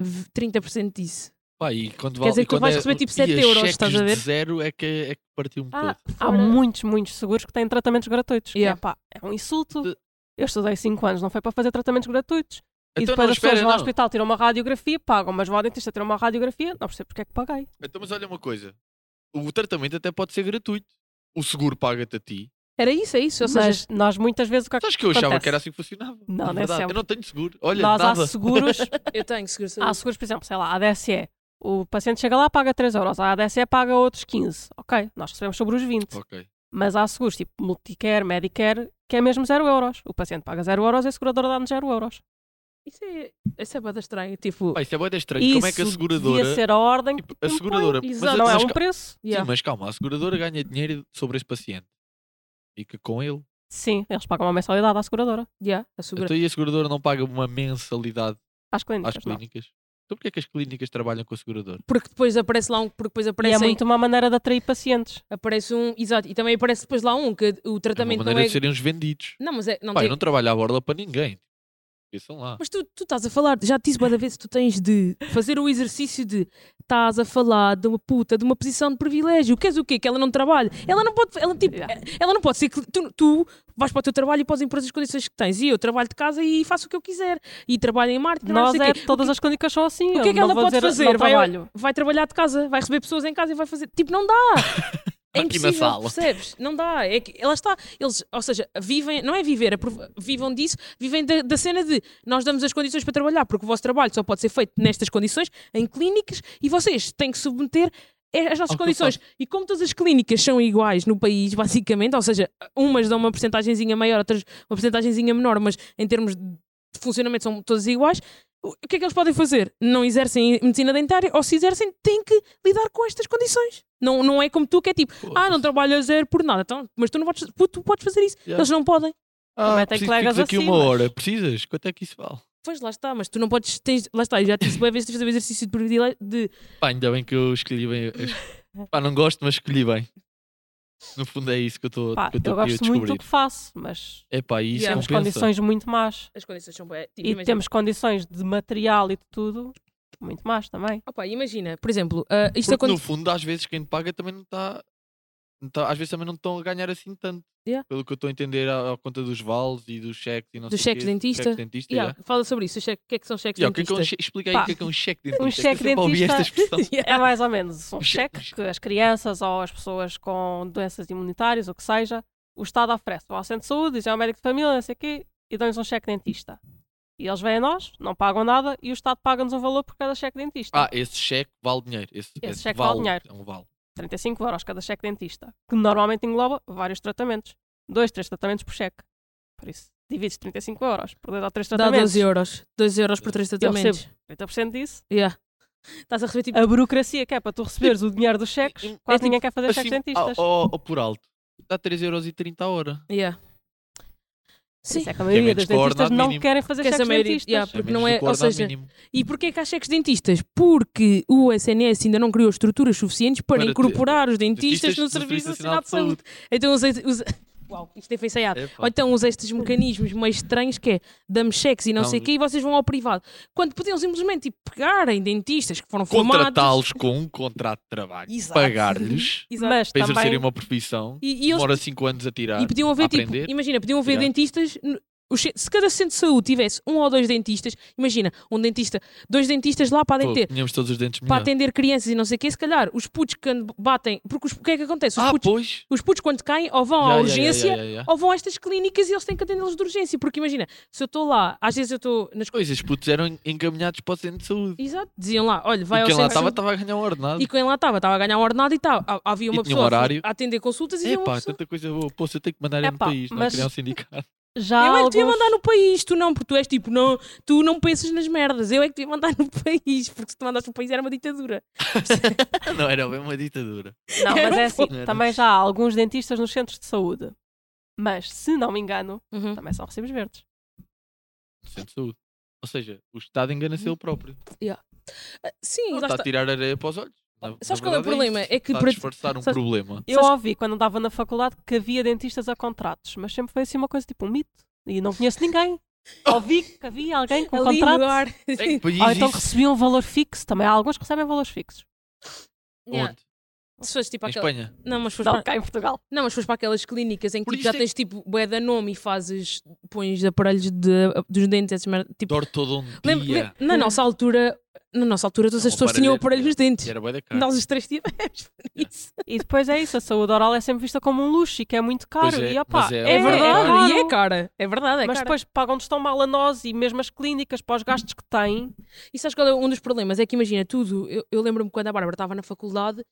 Speaker 1: v- 30% disso.
Speaker 3: Pá, e quando
Speaker 1: dizer
Speaker 3: vale-
Speaker 1: que tu
Speaker 3: quando
Speaker 1: vais
Speaker 3: é-
Speaker 1: receber, tipo,
Speaker 3: e
Speaker 1: sete
Speaker 3: as
Speaker 1: euros,
Speaker 3: cheques
Speaker 1: estás a ver?
Speaker 3: de zero é que, é que partiu-me
Speaker 1: Ah,
Speaker 3: todo.
Speaker 4: Há muitos, muitos seguros que têm tratamentos gratuitos. que
Speaker 1: Yeah.
Speaker 4: é, pá, é um insulto.
Speaker 3: De-
Speaker 4: Eu estudei 5 anos, não foi para fazer tratamentos gratuitos. e
Speaker 3: Então
Speaker 4: depois
Speaker 3: não,
Speaker 4: as pessoas
Speaker 3: espera,
Speaker 4: vão ao
Speaker 3: não.
Speaker 4: hospital, tiram uma radiografia, pagam, mas vão ao dentista tiram uma radiografia, não percebo porque é que paguei.
Speaker 3: Então, mas olha uma coisa. O tratamento até pode ser gratuito. O seguro paga-te a ti.
Speaker 1: Era isso, é isso. Ou seja,
Speaker 4: Mas nós muitas vezes o que
Speaker 3: Sabes que eu achava
Speaker 4: Acontece.
Speaker 3: que era assim que funcionava.
Speaker 4: Não,
Speaker 3: Na
Speaker 4: não é
Speaker 3: verdade,
Speaker 4: sempre.
Speaker 3: Eu não tenho seguro. Então, Olha,
Speaker 4: nós
Speaker 3: nada.
Speaker 4: há seguros,
Speaker 1: eu tenho seguro de
Speaker 4: há
Speaker 1: saúde.
Speaker 4: seguros, por exemplo, sei lá, a ADSE. O paciente chega lá, paga 3 euros, a ADSE paga outros 15. Ok, nós recebemos sobre os 20.
Speaker 3: Ok.
Speaker 4: Mas há seguros tipo Multicare, Medicare, que é mesmo 0 euros. O paciente paga 0 euros e a seguradora dá-nos 0 euros.
Speaker 1: Isso é, isso é bada estranho. Tipo,
Speaker 3: Pá, isso é bem estranho. Como é que a
Speaker 4: Isso
Speaker 3: seguradora...
Speaker 4: devia ser a ordem que
Speaker 3: Tipo, a seguradora...
Speaker 1: Exato.
Speaker 3: mas-
Speaker 4: não é
Speaker 3: mas
Speaker 4: um
Speaker 3: ca-
Speaker 4: preço.
Speaker 1: yeah.
Speaker 3: Sim, mas calma. A seguradora ganha dinheiro sobre esse paciente. Fica com ele.
Speaker 4: Sim, eles pagam uma mensalidade à seguradora.
Speaker 1: yeah, a segura-
Speaker 3: Então e a seguradora não paga uma mensalidade
Speaker 4: Às
Speaker 1: é
Speaker 4: clínicas,
Speaker 3: às
Speaker 4: não.
Speaker 3: clínicas? Então porquê é que as clínicas trabalham com É a seguradora?
Speaker 1: Porque depois aparece lá um, porque depois
Speaker 4: E
Speaker 1: aparece,
Speaker 4: é muito uma maneira de atrair pacientes.
Speaker 1: aparece um, exato, e também aparece depois lá um que o
Speaker 3: É uma
Speaker 1: tratamento não
Speaker 3: maneira
Speaker 1: é.
Speaker 3: de serem os vendidos.
Speaker 1: Não, mas é, não
Speaker 3: Pá,
Speaker 1: tem-
Speaker 3: eu não trabalho à borda para ninguém. Esqueçam lá.
Speaker 1: Mas tu, tu estás a falar, já te disse boa vez, tu tens de fazer o exercício de estás a falar de uma puta, de uma posição de privilégio. Queres o quê? Que ela não trabalha? Ela não pode, ela, tipo,
Speaker 4: Yeah.
Speaker 1: ela não pode ser. cli- Tu, tu vais para o teu trabalho e podes impor as condições que tens. E eu trabalho de casa e faço o que eu quiser. E trabalho em marketing, não
Speaker 4: Nós
Speaker 1: sei
Speaker 4: é,
Speaker 1: quê.
Speaker 4: todas as clínicas são assim.
Speaker 1: O que é
Speaker 4: eu
Speaker 1: que
Speaker 4: não
Speaker 1: ela
Speaker 4: vou
Speaker 1: pode
Speaker 4: dizer,
Speaker 1: fazer?
Speaker 4: Não
Speaker 1: Vai-
Speaker 4: trabalho.
Speaker 1: Vai trabalhar de casa, vai receber pessoas em casa e vai fazer. Tipo, não dá. É
Speaker 3: Aqui na
Speaker 1: impossível,
Speaker 3: sala.
Speaker 1: percebes? Não dá. É que ela está. Eles, ou seja, vivem, não é viver, aprov- vivam disso, vivem da, da cena de nós damos as condições para trabalhar, porque o vosso trabalho só pode ser feito nestas condições, em clínicas, e vocês têm que submeter é- as nossas
Speaker 3: Ao que eu
Speaker 1: condições. E como todas as clínicas são iguais no país, basicamente, ou seja, umas dão uma porcentagenzinha maior, outras uma porcentagenzinha menor, mas em termos de funcionamento são todas iguais. O que é que eles podem fazer? Não exercem medicina dentária ou se exercem têm que lidar com estas condições. Não, não é como tu que é tipo, ah, não trabalho a zero por nada, então, mas tu não podes, puto, tu podes fazer isso.
Speaker 3: Yeah.
Speaker 1: Eles não podem.
Speaker 4: também tem
Speaker 3: Ah, preciso-
Speaker 4: colegas
Speaker 3: ficas aqui
Speaker 4: assim,
Speaker 3: uma
Speaker 4: mas-
Speaker 3: hora. Precisas? Quanto é que isso vale?
Speaker 1: Pois lá está, mas tu não podes, tens, lá está, eu já te disse bem vezes tens de fazer o exercício de privilégio de
Speaker 3: Pá, ainda bem que eu escolhi bem. as- Pá, não gosto, mas escolhi bem. No fundo é isso que eu estou
Speaker 4: Pá,
Speaker 3: que eu
Speaker 4: eu
Speaker 3: estou aqui a
Speaker 4: gosto muito do
Speaker 3: descobrir.
Speaker 4: que faço, mas
Speaker 3: É pá, e isso
Speaker 1: Yeah.
Speaker 4: temos
Speaker 3: compensa.
Speaker 4: condições muito más.
Speaker 1: as condições são tipo, boas.
Speaker 4: E temos condições de material e de tudo muito más também.
Speaker 1: Opa, imagina, por exemplo, ah, isto
Speaker 3: Porque
Speaker 1: acontece.
Speaker 3: no fundo, às vezes, quem paga também não está. não está- às vezes também não estão a ganhar assim tanto.
Speaker 1: Yeah.
Speaker 3: Pelo que eu estou a entender, à, à conta dos vales e dos cheques e não
Speaker 1: Dos
Speaker 3: sei o
Speaker 1: cheques
Speaker 3: quê,
Speaker 1: dentista.
Speaker 3: cheques dentista,
Speaker 1: Yeah,
Speaker 3: yeah.
Speaker 1: Fala sobre isso, o cheque- o que é que são cheques
Speaker 3: Yeah, o que é que é um
Speaker 1: dentistas?
Speaker 3: che- Explica aí
Speaker 4: Pá,
Speaker 3: o que é que é um cheque dentista.
Speaker 4: cheque
Speaker 3: eu sempre ouvi
Speaker 4: dentista-
Speaker 3: esta expressão.
Speaker 4: É mais ou menos um
Speaker 3: Um
Speaker 4: cheque
Speaker 3: cheque.
Speaker 4: que as crianças ou as pessoas com doenças imunitárias, ou o que seja, o Estado oferece. Vão ao centro de saúde, dizem ao médico de família, não sei o quê, e dão-lhes um cheque dentista. E eles vêm a nós, não pagam nada, e o Estado paga-nos um valor por cada cheque dentista.
Speaker 3: ah, esse cheque vale dinheiro. Esse,
Speaker 4: Esse cheque vale dinheiro.
Speaker 3: É um vale.
Speaker 4: 35 euros cada cheque dentista, que normalmente engloba vários tratamentos. Dois, três tratamentos por cheque. Por isso, divides 35 euros por dois ou três
Speaker 1: Dá 12
Speaker 4: tratamentos.
Speaker 1: euros. 2 euros por 3 tratamentos.
Speaker 4: 30% disso.
Speaker 1: Yeah. Estás a receber tipo.
Speaker 4: A burocracia que é para tu receberes o dinheiro dos cheques,
Speaker 3: Em-
Speaker 4: quase
Speaker 3: tipo,
Speaker 4: ninguém quer fazer
Speaker 3: Assim,
Speaker 4: cheques dentistas.
Speaker 3: ao- ao- ao por alto. Dá 3,30€ a hora.
Speaker 1: Ah. Yeah.
Speaker 4: Por
Speaker 1: Sim.
Speaker 4: Isso é que a
Speaker 3: Quem
Speaker 4: maioria
Speaker 3: é
Speaker 4: dos
Speaker 3: menos coordenado
Speaker 4: dentistas não
Speaker 3: mínimo.
Speaker 4: querem fazer
Speaker 1: Que essa
Speaker 4: cheques
Speaker 1: maioria-
Speaker 4: dentistas.
Speaker 1: yeah,
Speaker 3: É
Speaker 1: Porque
Speaker 3: menos
Speaker 1: não
Speaker 3: do
Speaker 1: é- ou
Speaker 3: coordenado
Speaker 1: seja,
Speaker 3: mínimo.
Speaker 1: E porquê é que há cheques dentistas? Porque o SNS ainda não criou estruturas suficientes para,
Speaker 3: Para ter-
Speaker 1: incorporar os dentistas,
Speaker 3: dentistas
Speaker 1: no Serviço Nacional de Saúde. Então os, os... Uau, isto é foi ensaiado.
Speaker 3: É, pá.
Speaker 1: Ou então usa estes mecanismos meio estranhos que é damos cheques e não,
Speaker 3: Não.
Speaker 1: sei o quê e vocês vão ao privado. Quando podiam simplesmente tipo, pegarem dentistas que foram formados...
Speaker 3: Contratá-los com um contrato de trabalho.
Speaker 1: Exato.
Speaker 3: Pagar-lhes.
Speaker 1: Exato.
Speaker 4: Mas
Speaker 3: Para
Speaker 4: também
Speaker 3: exercerem uma profissão.
Speaker 1: E, e eles
Speaker 3: Demora 5 anos a tirar.
Speaker 1: E podiam haver,
Speaker 3: a
Speaker 1: tipo,
Speaker 3: aprender.
Speaker 1: imagina, podiam haver
Speaker 3: Yeah.
Speaker 1: dentistas. no- os ce- Se cada centro de saúde tivesse um ou dois dentistas, imagina, um dentista, dois dentistas lá para
Speaker 3: Pô,
Speaker 1: atender,
Speaker 3: Tínhamos todos os dentes
Speaker 1: para
Speaker 3: melhores.
Speaker 1: atender crianças e não sei o quê, se calhar os putos que and- batem. Porque os- o que é que acontece? Os,
Speaker 3: Ah,
Speaker 1: putos,
Speaker 3: pois.
Speaker 1: os putos quando caem ou vão à
Speaker 3: Ya, ya, ya,
Speaker 1: urgência
Speaker 3: ya, ya, ya.
Speaker 1: ou vão a estas clínicas e eles têm que atendê-los de urgência. Porque imagina, se eu estou lá, às vezes eu estou nas coisas.
Speaker 3: Pois, esses putos eram en- encaminhados para o centro de saúde.
Speaker 1: Exato, diziam lá, olha, vai
Speaker 3: e
Speaker 1: ao
Speaker 3: quem lá
Speaker 1: centro. de
Speaker 3: estava,
Speaker 1: saúde.
Speaker 3: estava a ganhar um ordenado.
Speaker 1: E quem lá estava, estava a ganhar um ordenado e tal. Há- Havia uma
Speaker 3: E tinha um
Speaker 1: pessoa a-
Speaker 3: horário.
Speaker 1: a atender consultas e havia uma
Speaker 3: Epá,
Speaker 1: pessoa-
Speaker 3: tanta coisa boa. Pô, se eu tenho que mandar ele no
Speaker 4: Epá,
Speaker 3: país, não
Speaker 4: mas-
Speaker 3: criar um sindicato.
Speaker 4: já
Speaker 1: eu é que te ia
Speaker 4: alguns-
Speaker 1: mandar no país, tu não, porque tu és tipo, não, tu não pensas nas merdas, eu é que te ia mandar no país, porque se tu mandaste no país era uma ditadura.
Speaker 3: não, era bem uma ditadura.
Speaker 4: Não,
Speaker 1: Era
Speaker 4: mas
Speaker 1: um
Speaker 4: é assim,
Speaker 3: pouco. Era.
Speaker 4: também já há alguns dentistas nos centros de saúde. Mas, se não me engano,
Speaker 1: Uhum.
Speaker 4: também são recibos verdes.
Speaker 3: No centro de saúde. Ou seja, o Estado engana-se ele próprio.
Speaker 1: Ah, Sim,
Speaker 3: Não,
Speaker 1: Hum.
Speaker 3: tá tipo
Speaker 1: lá
Speaker 3: está
Speaker 1: está.
Speaker 3: a tirar areia para os olhos. Na-
Speaker 1: Sabes
Speaker 3: na
Speaker 1: qual é o
Speaker 3: verdade
Speaker 1: problema?
Speaker 3: isso.
Speaker 1: É que
Speaker 3: está
Speaker 1: para-
Speaker 3: a disfarçar um
Speaker 1: sabes-
Speaker 3: problema.
Speaker 4: Eu ouvi quando andava na faculdade que havia dentistas a contratos, mas sempre foi assim uma coisa tipo um mito. E não conheço ninguém. ouvi que havia alguém com
Speaker 1: Ali
Speaker 4: contrato.
Speaker 1: no ar.
Speaker 3: Em
Speaker 1: Ah,
Speaker 3: país
Speaker 4: Ou então
Speaker 3: É isso-
Speaker 4: recebiam um valor fixo. Também há alguns que recebem valores fixos.
Speaker 1: Yeah.
Speaker 3: Onde?
Speaker 1: Se fores tipo
Speaker 3: Em
Speaker 1: aquela...
Speaker 3: Espanha?
Speaker 1: não, mas fores
Speaker 4: Não,
Speaker 1: para...
Speaker 4: cá em Portugal.
Speaker 1: não, mas fores para aquelas clínicas em que
Speaker 3: Por
Speaker 1: tipo,
Speaker 3: isso
Speaker 1: já
Speaker 3: é que-
Speaker 1: tens tipo bué da nome e fazes, pões aparelhos de, dos dentes, essas merdas. Tipo,
Speaker 3: De ortodontia.
Speaker 1: lembra- lembra- na nossa altura, na nossa altura todas
Speaker 3: Não,
Speaker 1: as pessoas tinham
Speaker 3: aparelho-
Speaker 1: aparelhos nos dentes.
Speaker 3: E era bué da cara.
Speaker 1: Nós os três tivemos isso.
Speaker 4: E depois é isso, a saúde oral é sempre vista como um luxo e que é muito caro.
Speaker 3: Pois é,
Speaker 4: e opá,
Speaker 3: mas é-
Speaker 1: É, verdade,
Speaker 4: caro,
Speaker 1: e é cara. É verdade, é
Speaker 4: mas
Speaker 1: cara.
Speaker 4: depois pagam-nos tão mal a nós e mesmo as clínicas para os gastos que têm.
Speaker 1: E sabes qual é um dos problemas? É que imagina tudo. Eu, eu lembro-me quando a Bárbara estava na faculdade.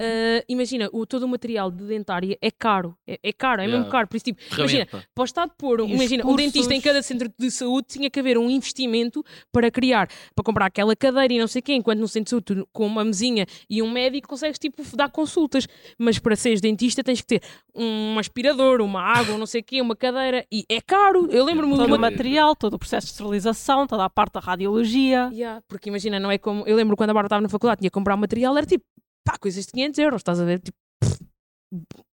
Speaker 1: ah, imagina, o, todo o material de dentária é caro. É, é caro, é mesmo
Speaker 3: Yeah.
Speaker 1: caro. Por isso, tipo, imagina,
Speaker 3: Ferramenta.
Speaker 1: para o Estado pôr, um-
Speaker 4: E os
Speaker 1: imagina, um dentista em
Speaker 4: cursos?
Speaker 1: cada centro de saúde tinha que haver um investimento para criar, para comprar aquela cadeira e não sei o quê, enquanto no centro de saúde, tu, com uma mesinha e um médico, consegues tipo dar consultas. Mas para seres dentista tens que ter um aspirador, uma água, um não sei o quê, uma cadeira. E é caro. Eu lembro-me de
Speaker 4: Todo
Speaker 1: uma
Speaker 3: é
Speaker 4: o material, todo o processo de esterilização, toda a parte da radiologia.
Speaker 1: Yeah, porque imagina, não é como. Eu lembro quando a Bárbara estava na faculdade, tinha que comprar material, era tipo, pá, coisas de 500 euros, estás a ver? Tipo, pff,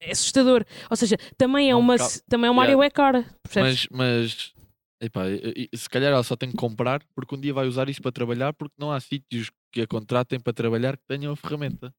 Speaker 1: é assustador. Ou seja, também é
Speaker 3: É um
Speaker 1: uma,
Speaker 3: bocado-
Speaker 1: também é uma área
Speaker 3: Yeah.
Speaker 1: é cara, percebes?
Speaker 3: Mas, mas Epá, e- e- se calhar ela só tem que comprar porque um dia vai usar isso para trabalhar porque não há sítios que a contratem para trabalhar que tenham a ferramenta.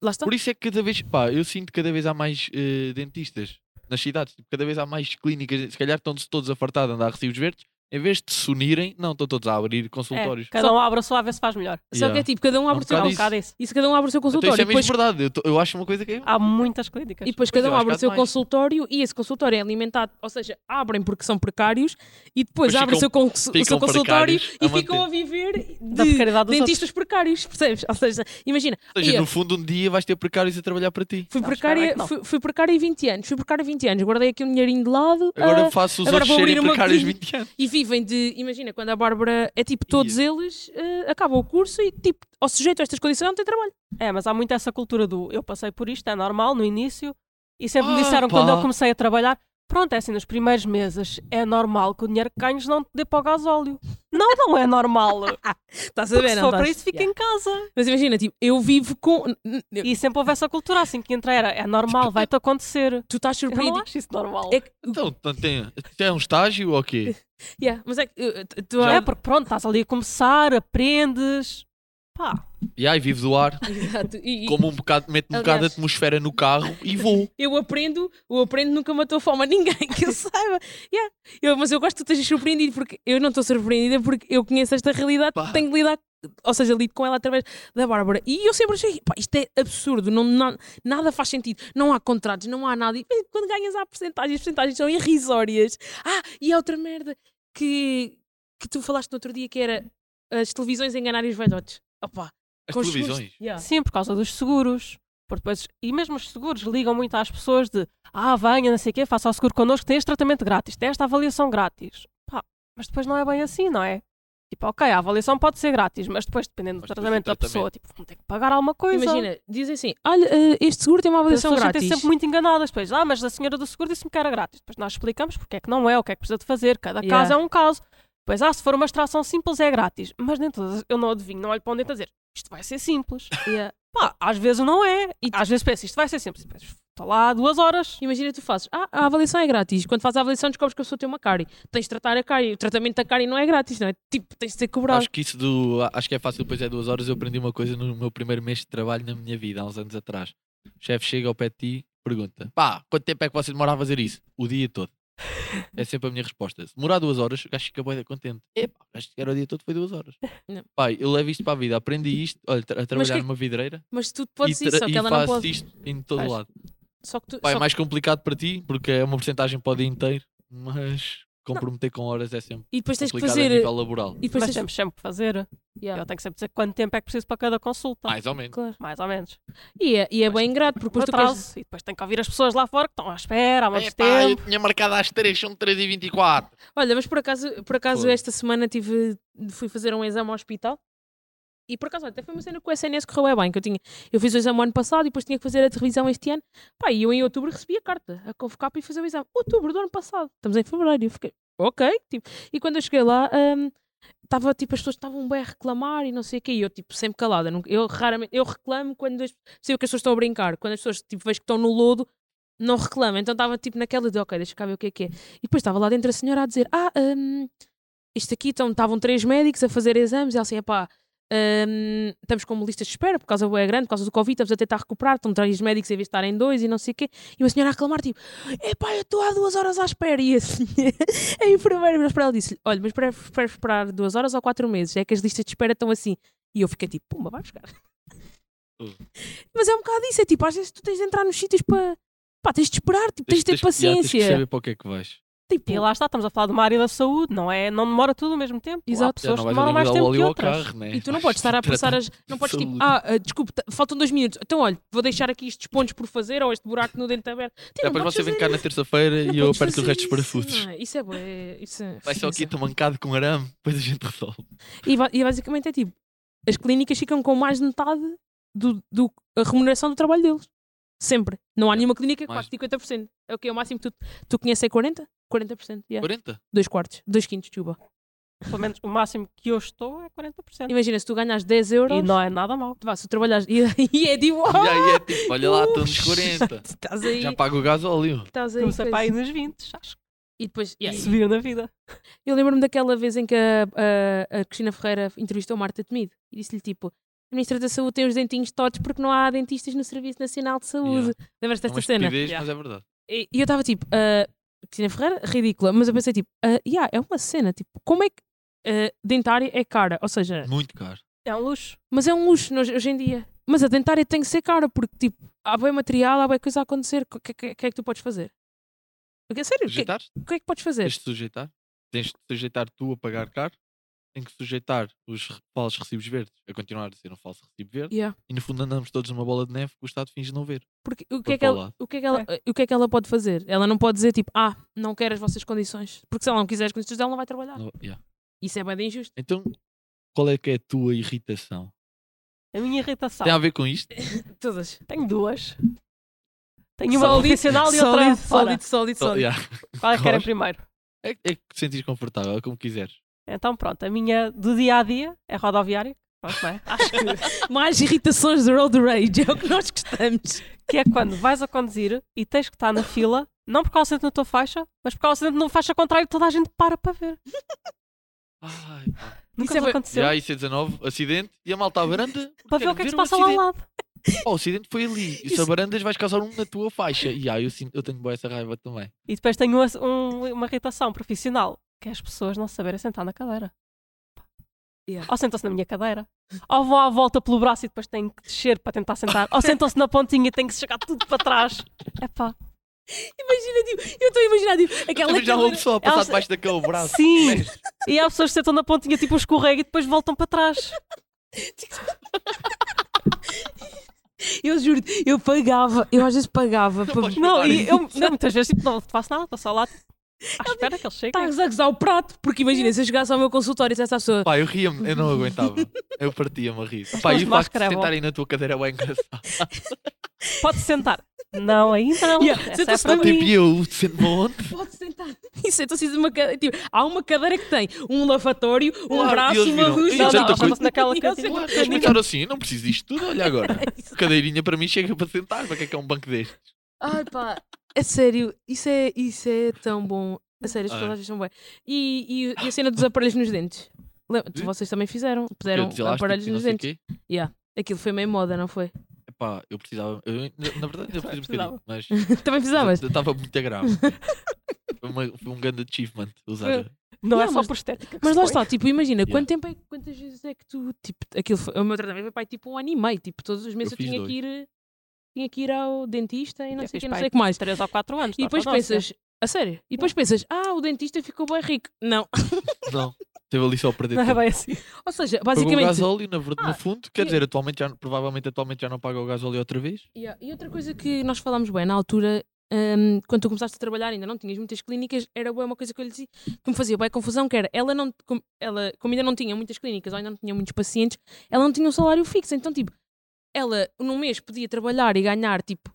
Speaker 1: Lá está.
Speaker 3: Por isso é que cada vez, pá, eu sinto que cada vez há mais eh, dentistas nas cidades, tipo, cada vez há mais clínicas, se calhar estão-se todos a fartar de andar a recibos verdes, em vez de se unirem, não, estão todos a abrir consultórios.
Speaker 4: É, cada um abre a sua a ver se faz melhor.
Speaker 1: Só que é
Speaker 3: Yeah.
Speaker 1: tipo, cada um abre o seu
Speaker 3: bocado
Speaker 4: É um
Speaker 3: isso.
Speaker 4: bocado isso.
Speaker 1: E se cada um abre o seu
Speaker 3: Então
Speaker 1: consultório,
Speaker 3: isso é
Speaker 1: e
Speaker 3: mesmo
Speaker 1: depois, Ah,
Speaker 3: verdade, eu, tô- eu acho uma coisa que é...
Speaker 4: Há muitas clínicas.
Speaker 1: e depois
Speaker 3: Pois
Speaker 1: cada
Speaker 3: eu
Speaker 1: um
Speaker 3: acho
Speaker 1: abre o
Speaker 3: que há
Speaker 1: seu
Speaker 3: demais.
Speaker 1: consultório e esse consultório é alimentado, ou seja, abrem porque são precários e depois
Speaker 3: Depois
Speaker 1: abrem o seu, con- o seu
Speaker 3: ficam
Speaker 1: consultório
Speaker 3: precários é a
Speaker 1: e ficam
Speaker 3: manter.
Speaker 1: a viver
Speaker 4: Da
Speaker 1: de
Speaker 4: precariedade dos
Speaker 1: dentistas precários, percebes? Ou seja, imagina,
Speaker 3: Ou seja,
Speaker 1: ia,
Speaker 3: no fundo um dia vais ter precários a trabalhar para ti.
Speaker 1: fui,
Speaker 4: Não, espera aí
Speaker 1: precária,
Speaker 4: que não.
Speaker 1: fui, fui precária 20 anos, fui precária 20 anos, guardei aqui um dinheirinho de lado
Speaker 3: Agora
Speaker 1: ah,
Speaker 3: faço os
Speaker 1: agora
Speaker 3: outros
Speaker 1: vou abrir
Speaker 3: serem
Speaker 1: uma
Speaker 3: precários
Speaker 1: clínica.
Speaker 3: 20 anos.
Speaker 1: e vivem de, imagina, quando a Bárbara é tipo, todos eles ah, acabam o curso e tipo, ao sujeito a estas condições não tem trabalho.
Speaker 4: É, mas há muito essa cultura do eu passei por isto, é normal, no início, e sempre me
Speaker 3: Ah,
Speaker 4: disseram
Speaker 3: pá.
Speaker 4: quando eu comecei a trabalhar, pronto, é assim, nos primeiros meses é normal que o dinheiro que ganhas não te dê para o gasóleo. Não, não é normal.
Speaker 1: Estás a
Speaker 4: Porque
Speaker 1: ver,
Speaker 4: se
Speaker 1: não
Speaker 4: for para
Speaker 1: estás?
Speaker 4: isso, fica
Speaker 1: Yeah.
Speaker 4: em casa.
Speaker 1: Mas imagina, tipo, eu vivo com. n- n- eu-
Speaker 4: E sempre houve essa cultura assim que entra era, é normal, vai-te acontecer.
Speaker 1: Tu estás
Speaker 4: Eu não
Speaker 1: surpreendido.
Speaker 4: acho isso normal.
Speaker 1: É que-
Speaker 3: Então, não tem, tem um estágio ou quê?
Speaker 1: yeah, mas é que. uh, tu- tu-
Speaker 4: É porque pronto, estás ali a começar, aprendes. Pá,
Speaker 3: E aí vivo do ar,
Speaker 1: Exato. E, e
Speaker 3: como um bocado, meto um bocado de
Speaker 1: Aliás.
Speaker 3: atmosfera no carro e vou.
Speaker 1: eu aprendo, eu aprendo nunca matou fome a ninguém que eu saiba. Yeah. Eu- mas eu gosto que tu estejas surpreendido, porque eu não estou surpreendida porque eu conheço esta realidade,
Speaker 3: Pá.
Speaker 1: tenho que lidar, ou seja, lido com ela através da Bárbara. E eu sempre achei, pá, isto é absurdo, não, não- nada faz sentido, não há contratos, não há nada. E bem, quando ganhas há porcentagens, as porcentagens são irrisórias. Ah, e há outra merda que, que tu falaste no outro dia que era as televisões enganarem os velhotes. Opa,
Speaker 3: As
Speaker 1: com os
Speaker 3: televisões.
Speaker 1: custos. Yeah.
Speaker 4: sim, por causa dos seguros. Porque depois, e mesmo os seguros ligam muito às pessoas de ah, venha, não sei o quê, faça o seguro connosco, tem este tratamento grátis, tem esta avaliação grátis. Pá, mas depois não é bem assim, não é? Tipo, ok, a avaliação pode ser grátis, mas depois, dependendo
Speaker 3: Mas
Speaker 4: do
Speaker 3: depois do
Speaker 4: tratamento da pessoa, tipo, vão ter que pagar alguma coisa.
Speaker 1: Imagina, dizem assim: olha, eh, este seguro tem uma
Speaker 4: As
Speaker 1: avaliação
Speaker 4: pessoas
Speaker 1: grátis.
Speaker 4: sentem sempre muito enganadas. Depois, ah, mas a senhora do seguro disse-me que era grátis. Depois nós explicamos porque é que não é, o que é que precisa de fazer. Cada
Speaker 1: Yeah.
Speaker 4: caso é um caso. Depois, ah, se for uma extração simples é grátis. Mas nem todas, eu não adivinho, não olho para onde a dizer isto vai ser simples.
Speaker 1: Yeah.
Speaker 4: Pá, às vezes não é. E às vezes penso isto vai ser simples. E depois, Estou lá duas horas.
Speaker 1: Imagina, tu fazes: ah, a avaliação é grátis. Quando fazes a avaliação, descobres que a pessoa tem uma cárie. Tens de tratar a cárie. O tratamento da cárie não é grátis, não é? Tipo, tens de ser cobrado.
Speaker 3: Acho que isso do. Acho que é fácil, depois é duas horas. Eu aprendi uma coisa no meu primeiro mês de trabalho na minha vida, há uns anos atrás. O chefe chega ao pé de ti pergunta: pá, quanto tempo é que você demora a fazer isso? O dia todo. É sempre a minha resposta. Se demorar duas horas, o gajo fica bué da contente. Epá, o gajo que era o dia todo foi duas horas.
Speaker 1: Não.
Speaker 3: Pai, eu levo isto para a vida, aprendi isto, olha, tra- a trabalhar
Speaker 1: que-
Speaker 3: numa vidreira
Speaker 1: Mas tu
Speaker 3: e,
Speaker 1: podes ir,
Speaker 3: tra-
Speaker 1: só
Speaker 3: e
Speaker 1: que ela não
Speaker 3: faço
Speaker 1: pode.
Speaker 3: isto em todo
Speaker 1: Faz.
Speaker 3: lado.
Speaker 1: Só que tu.
Speaker 3: Pá,
Speaker 1: só
Speaker 3: é mais complicado para ti, porque é uma porcentagem para o dia inteiro, mas comprometer com horas é sempre
Speaker 1: E depois tens que
Speaker 3: complicado
Speaker 1: fazer.
Speaker 3: a nível laboral.
Speaker 1: E depois
Speaker 4: mas
Speaker 1: tens
Speaker 4: temos sempre que fazer.
Speaker 1: Yeah,
Speaker 4: Eu tenho que sempre dizer quanto tempo é que preciso para cada consulta.
Speaker 3: Mais ou menos.
Speaker 1: claro.
Speaker 4: Mais ou menos.
Speaker 1: E é, e é bem ingrato, porque
Speaker 4: Depois
Speaker 1: depois tu queres.
Speaker 4: E depois tenho que ouvir as pessoas lá fora que estão à espera há muito
Speaker 3: Epá,
Speaker 4: tempo.
Speaker 3: tinha marcado às 3, são 3 e 24.
Speaker 1: Olha, mas por acaso, por acaso
Speaker 3: Fogo.
Speaker 1: esta semana tive, fui fazer um exame ao hospital e por acaso olha, até foi uma cena que o SNS correu é bem, que eu tinha, eu fiz o exame o ano passado e depois tinha que fazer a revisão este ano. Pá, e eu em outubro recebi a carta a convocar para ir fazer o exame. Outubro do ano passado, estamos em fevereiro, e eu fiquei, ok, tipo. E quando eu cheguei lá, hum, estava tipo, as pessoas estavam bem a reclamar e não sei o quê, e eu tipo, sempre calada. nunca- Eu raramente, eu reclamo quando as, percebo que as pessoas estão a brincar, quando as pessoas tipo, vejo que estão no lodo, não reclamo. Então estava tipo naquela de, ok, deixa cá ver o que é que é. E depois estava lá dentro a senhora a dizer: Ah, hum, isto aqui estão- estavam três médicos a fazer exames. E ela assim: Epá, hum, estamos com uma lista de espera por causa do é grande, por causa do Covid, estamos a tentar recuperar. Estão três médicos em vez de estarem dois e não sei o quê. E uma senhora a reclamar: Tipo, Epá, eu estou há duas horas à espera. E assim, a enfermeira mas para ela disse: Olha, mas para, para esperar duas horas ou quatro meses, é que as listas de espera estão assim. E eu fiquei tipo: Pumba, vai buscar.
Speaker 3: Hum.
Speaker 1: Mas é um bocado isso, é tipo, às vezes tu tens de entrar nos sítios para. Pá, tens de esperar, tipo, tens de ter
Speaker 3: Tens que
Speaker 1: paciência.
Speaker 3: saber para o que é que vais.
Speaker 1: Tipo,
Speaker 4: E lá está, estamos a falar de uma área da saúde, não é? Não demora tudo ao mesmo tempo.
Speaker 1: Exato.
Speaker 4: Há pessoas que
Speaker 3: vais
Speaker 4: demoram
Speaker 3: ali
Speaker 4: mais
Speaker 3: mudar o
Speaker 4: tempo que
Speaker 3: óleo ao
Speaker 4: outras.
Speaker 3: carro, né?
Speaker 1: E tu não
Speaker 3: Vais
Speaker 1: podes estar a
Speaker 3: tratar
Speaker 1: passar as. Não podes tipo,
Speaker 3: saúde.
Speaker 1: ah, ah, desculpe, tá- faltam dois minutos. Então, olha, vou deixar aqui estes pontos por fazer ou este buraco no dente aberto. Tipo, não
Speaker 3: Depois
Speaker 1: podes
Speaker 3: você vem
Speaker 1: fazer
Speaker 3: cá na terça-feira
Speaker 1: isso,
Speaker 3: e
Speaker 1: não
Speaker 3: eu
Speaker 1: podes
Speaker 3: aperto o
Speaker 1: fazer
Speaker 3: resto dos
Speaker 1: isso,
Speaker 3: parafusos.
Speaker 1: não é? Isso é bué. Isso é.
Speaker 3: Vai só aqui, então.
Speaker 1: isso
Speaker 3: estou mancado com arame, depois a gente resolve.
Speaker 1: é- E, ba- e basicamente é tipo: as clínicas ficam com mais de metade do, do, a remuneração do trabalho deles. Sempre. Não há nenhuma clínica que
Speaker 3: Mais-
Speaker 1: pague 50%. É o que é o máximo que tu, tu conheces é 40%? 40%. Yeah.
Speaker 3: 40?
Speaker 1: Dois quartos. Dois quintos, desculpa.
Speaker 4: Pelo menos o máximo que eu estou é 40%.
Speaker 1: Imagina, se tu ganhas 10 euros.
Speaker 4: E não é nada mal.
Speaker 1: Vá, se tu trabalhares. E, e é tipo.
Speaker 3: E aí é tipo, olha lá,
Speaker 1: Uh,
Speaker 3: estamos 40.
Speaker 1: Estás aí.
Speaker 3: Já pago o gasóleo.
Speaker 1: Estás aí.
Speaker 4: Comecei
Speaker 1: coisa.
Speaker 4: para aí nos 20, acho.
Speaker 1: E depois, yeah,
Speaker 4: Subir na vida.
Speaker 1: Eu lembro-me daquela vez em que a, a- a Cristina Ferreira entrevistou Marta Temido e disse-lhe tipo: a Ministra da Saúde tem os dentinhos todos porque não há dentistas no Serviço Nacional de Saúde. Lembras-te
Speaker 3: É uma
Speaker 1: desta cena?
Speaker 3: estupidez,
Speaker 4: Yeah.
Speaker 3: mas é verdade.
Speaker 1: E e eu estava tipo: "Ah, Cristina Ferreira, ridícula, mas eu pensei tipo: ah, yeah, é uma cena, tipo, como é que. ah, dentária é cara, ou seja,
Speaker 3: Muito caro.
Speaker 4: É um luxo.
Speaker 1: mas é um luxo hoje, hoje em dia. Mas a dentária tem que ser cara porque tipo, há bem material, há bem coisa a acontecer. O que, que- que é que tu podes fazer? Porque, a sério, o que, é que-
Speaker 3: Sujeitar?
Speaker 1: o que é que podes fazer?
Speaker 3: Tens de sujeitar. Tens de sujeitar tu a pagar caro. Tens que sujeitar os re- falsos recibos verdes a continuar a ser um falso recibo verde.
Speaker 1: Yeah.
Speaker 3: E no fundo andamos todos numa bola de neve que o Estado finge não ver.
Speaker 1: Porque o que,
Speaker 3: Foi
Speaker 1: é que
Speaker 3: para
Speaker 1: ela,
Speaker 3: lá.
Speaker 1: o, que é que ela, o que é que ela pode fazer? Ela não pode dizer tipo, ah, não quero as vossas condições. Porque se ela não quiser as condições dela, ela não vai
Speaker 4: Ah.
Speaker 1: trabalhar.
Speaker 3: Não- yeah.
Speaker 1: Isso é bem injusto.
Speaker 3: Então, qual é que é a tua irritação?
Speaker 4: A minha irritação.
Speaker 3: Tem um- a ver com isto?
Speaker 4: É
Speaker 1: Todas.
Speaker 4: Tenho duas. Tenho uma
Speaker 3: Sólido.
Speaker 4: profissional e outra
Speaker 1: Sólido,
Speaker 4: fora.
Speaker 1: sólido, sólido,
Speaker 3: Oh,
Speaker 1: sólido.
Speaker 3: yeah.
Speaker 4: Qual é que querem
Speaker 3: Claro.
Speaker 4: primeiro?
Speaker 3: É, é que te sentes confortável, é como quiseres.
Speaker 4: Então pronto, a minha do dia a dia é rodoviária. Pronto, não é? Acho que,
Speaker 1: Mais irritações do Road Rage, é o que nós gostamos.
Speaker 4: que é quando vais a conduzir e tens que estar na fila, não por causa da tua faixa, mas por causa da faixa contrária, toda a gente para para ver.
Speaker 3: Ai, pá.
Speaker 4: Nunca
Speaker 1: é
Speaker 4: vos
Speaker 1: bem-
Speaker 4: aconteceu.
Speaker 3: já IC19, acidente, e a malta à varanda.
Speaker 4: Para ver
Speaker 3: quero
Speaker 4: o que é que se
Speaker 3: um
Speaker 4: passa lá ao
Speaker 3: acidente.
Speaker 4: lado.
Speaker 3: Oh, o acidente foi ali. E se a barandas vais causar um na tua faixa. E ah, eu, sinto- eu tenho boa essa raiva também.
Speaker 4: E depois tenho uma, um- uma irritação profissional, que é as pessoas não saberem sentar na cadeira.
Speaker 1: Yeah.
Speaker 4: Ou sentam-se na minha cadeira, ou vão à volta pelo braço e depois têm que descer para tentar sentar, ou sentam-se na pontinha e têm que se chegar tudo para trás. Epá,
Speaker 1: Imagina, tipo, eu estou a imaginar, tipo,
Speaker 4: É
Speaker 1: aquela
Speaker 3: Também já houve
Speaker 1: cadeira,
Speaker 3: pessoal a passar
Speaker 4: Elas-
Speaker 3: debaixo daquele braço.
Speaker 4: sim! E há pessoas que sentam na pontinha tipo um escorrega e depois voltam para trás.
Speaker 1: eu juro, eu pagava, eu às vezes pagava para
Speaker 3: podes-
Speaker 4: Não, e eu
Speaker 1: Claro.
Speaker 4: não, muitas vezes tipo, não faço nada, estou só lá tipo, à espera que eles cheguem.
Speaker 1: estás a gozar o prato, porque imagina, se eu chegasse ao meu consultório e dissesse à pessoa,
Speaker 3: Pá, eu ria-me, eu não aguentava. Eu partia-me a rir. Pá,
Speaker 4: nós
Speaker 3: e o facto de
Speaker 4: máscara é bom.
Speaker 3: sentarem na tua cadeira é bem engraçado.
Speaker 4: Pode sentar. Não, ainda não.
Speaker 1: Yeah,
Speaker 4: Essa é
Speaker 1: senta-se
Speaker 4: para
Speaker 1: na
Speaker 4: mim.
Speaker 3: Tipo, e eu sento-me onde?
Speaker 1: Pode sentar. E sentam-se numa cadeira. Tipo, há uma cadeira que tem um lavatório, um
Speaker 3: Claro, Ah, e
Speaker 1: braço,
Speaker 3: eles
Speaker 1: uma
Speaker 3: viram,
Speaker 1: luz.
Speaker 3: "Ih,
Speaker 1: uma
Speaker 4: Não, não,
Speaker 3: tanta
Speaker 1: luz."
Speaker 3: coisa."
Speaker 4: estava-se naquela
Speaker 1: E eles sentam-se
Speaker 4: cantina.
Speaker 3: Claro,
Speaker 1: na
Speaker 3: tens
Speaker 1: cadeira.
Speaker 3: pensar assim, eu não preciso disto tudo, olha agora.
Speaker 1: É
Speaker 3: Cadeirinha para mim chega para sentar, para que é que é um banco deste?
Speaker 1: Ai pá, é sério, isso é, isso é tão bom. A sério, as
Speaker 3: Ah.
Speaker 1: pessoas às vezes são bem. E, e, e a cena dos aparelhos nos dentes? Lembra-
Speaker 3: Sim.
Speaker 1: Vocês também fizeram,
Speaker 3: Eu
Speaker 1: puseram
Speaker 3: deselástico
Speaker 1: aparelhos
Speaker 3: e não
Speaker 1: nos
Speaker 3: sei o
Speaker 1: dentes.
Speaker 3: quê.
Speaker 1: Aquilo foi meio moda, não foi?
Speaker 3: Epá, eu precisava, eu- na- na verdade eu preciso um bocadinho, mas
Speaker 1: também ah, precisavas.
Speaker 3: eu estava muito grave. Foi, uma- foi um grande achievement usar.
Speaker 4: Não é
Speaker 1: Não,
Speaker 4: só
Speaker 1: mas-
Speaker 4: por estética. que
Speaker 1: Mas
Speaker 4: se
Speaker 1: lá
Speaker 4: põe.
Speaker 1: está, tipo, imagina,
Speaker 3: Yeah.
Speaker 1: quanto tempo é, quantas vezes é que tu, tipo, aquilo foi, o meu tratamento foi pai, tipo um ano e meio, tipo, todos os meses eu,
Speaker 3: fiz
Speaker 1: tinha que ir, tinha que ir ao dentista e não
Speaker 4: Eu
Speaker 1: sei o
Speaker 4: fiz,
Speaker 1: que, não
Speaker 4: pai,
Speaker 1: sei o que mais.
Speaker 4: Três ou quatro anos.
Speaker 1: E
Speaker 4: tá,
Speaker 1: depois
Speaker 4: tá, nossa.
Speaker 1: pensas, a sério? E depois pensas, ah, o dentista ficou bem rico. Não.
Speaker 3: Não, teve ali só a perder
Speaker 4: Não é
Speaker 1: Tipo,
Speaker 3: tempo.
Speaker 4: bem assim.
Speaker 1: Ou seja,
Speaker 3: Pagou o
Speaker 1: basicamente.
Speaker 3: gasóleo, na verdade,
Speaker 1: Ah,
Speaker 3: no fundo, quer
Speaker 1: e-
Speaker 3: dizer, atualmente já, provavelmente atualmente já não paga o gasóleo outra vez.
Speaker 1: Yeah, E outra coisa que nós falámos bem na altura, hum, quando tu começaste a trabalhar, ainda não tinhas muitas clínicas, era bué uma coisa que eu lhe dizia que me fazia bem confusão, que era ela não, como, ela, como ainda não tinha muitas clínicas ou ainda não tinha muitos pacientes, ela não tinha um salário fixo. Então, tipo, ela num mês podia trabalhar e ganhar tipo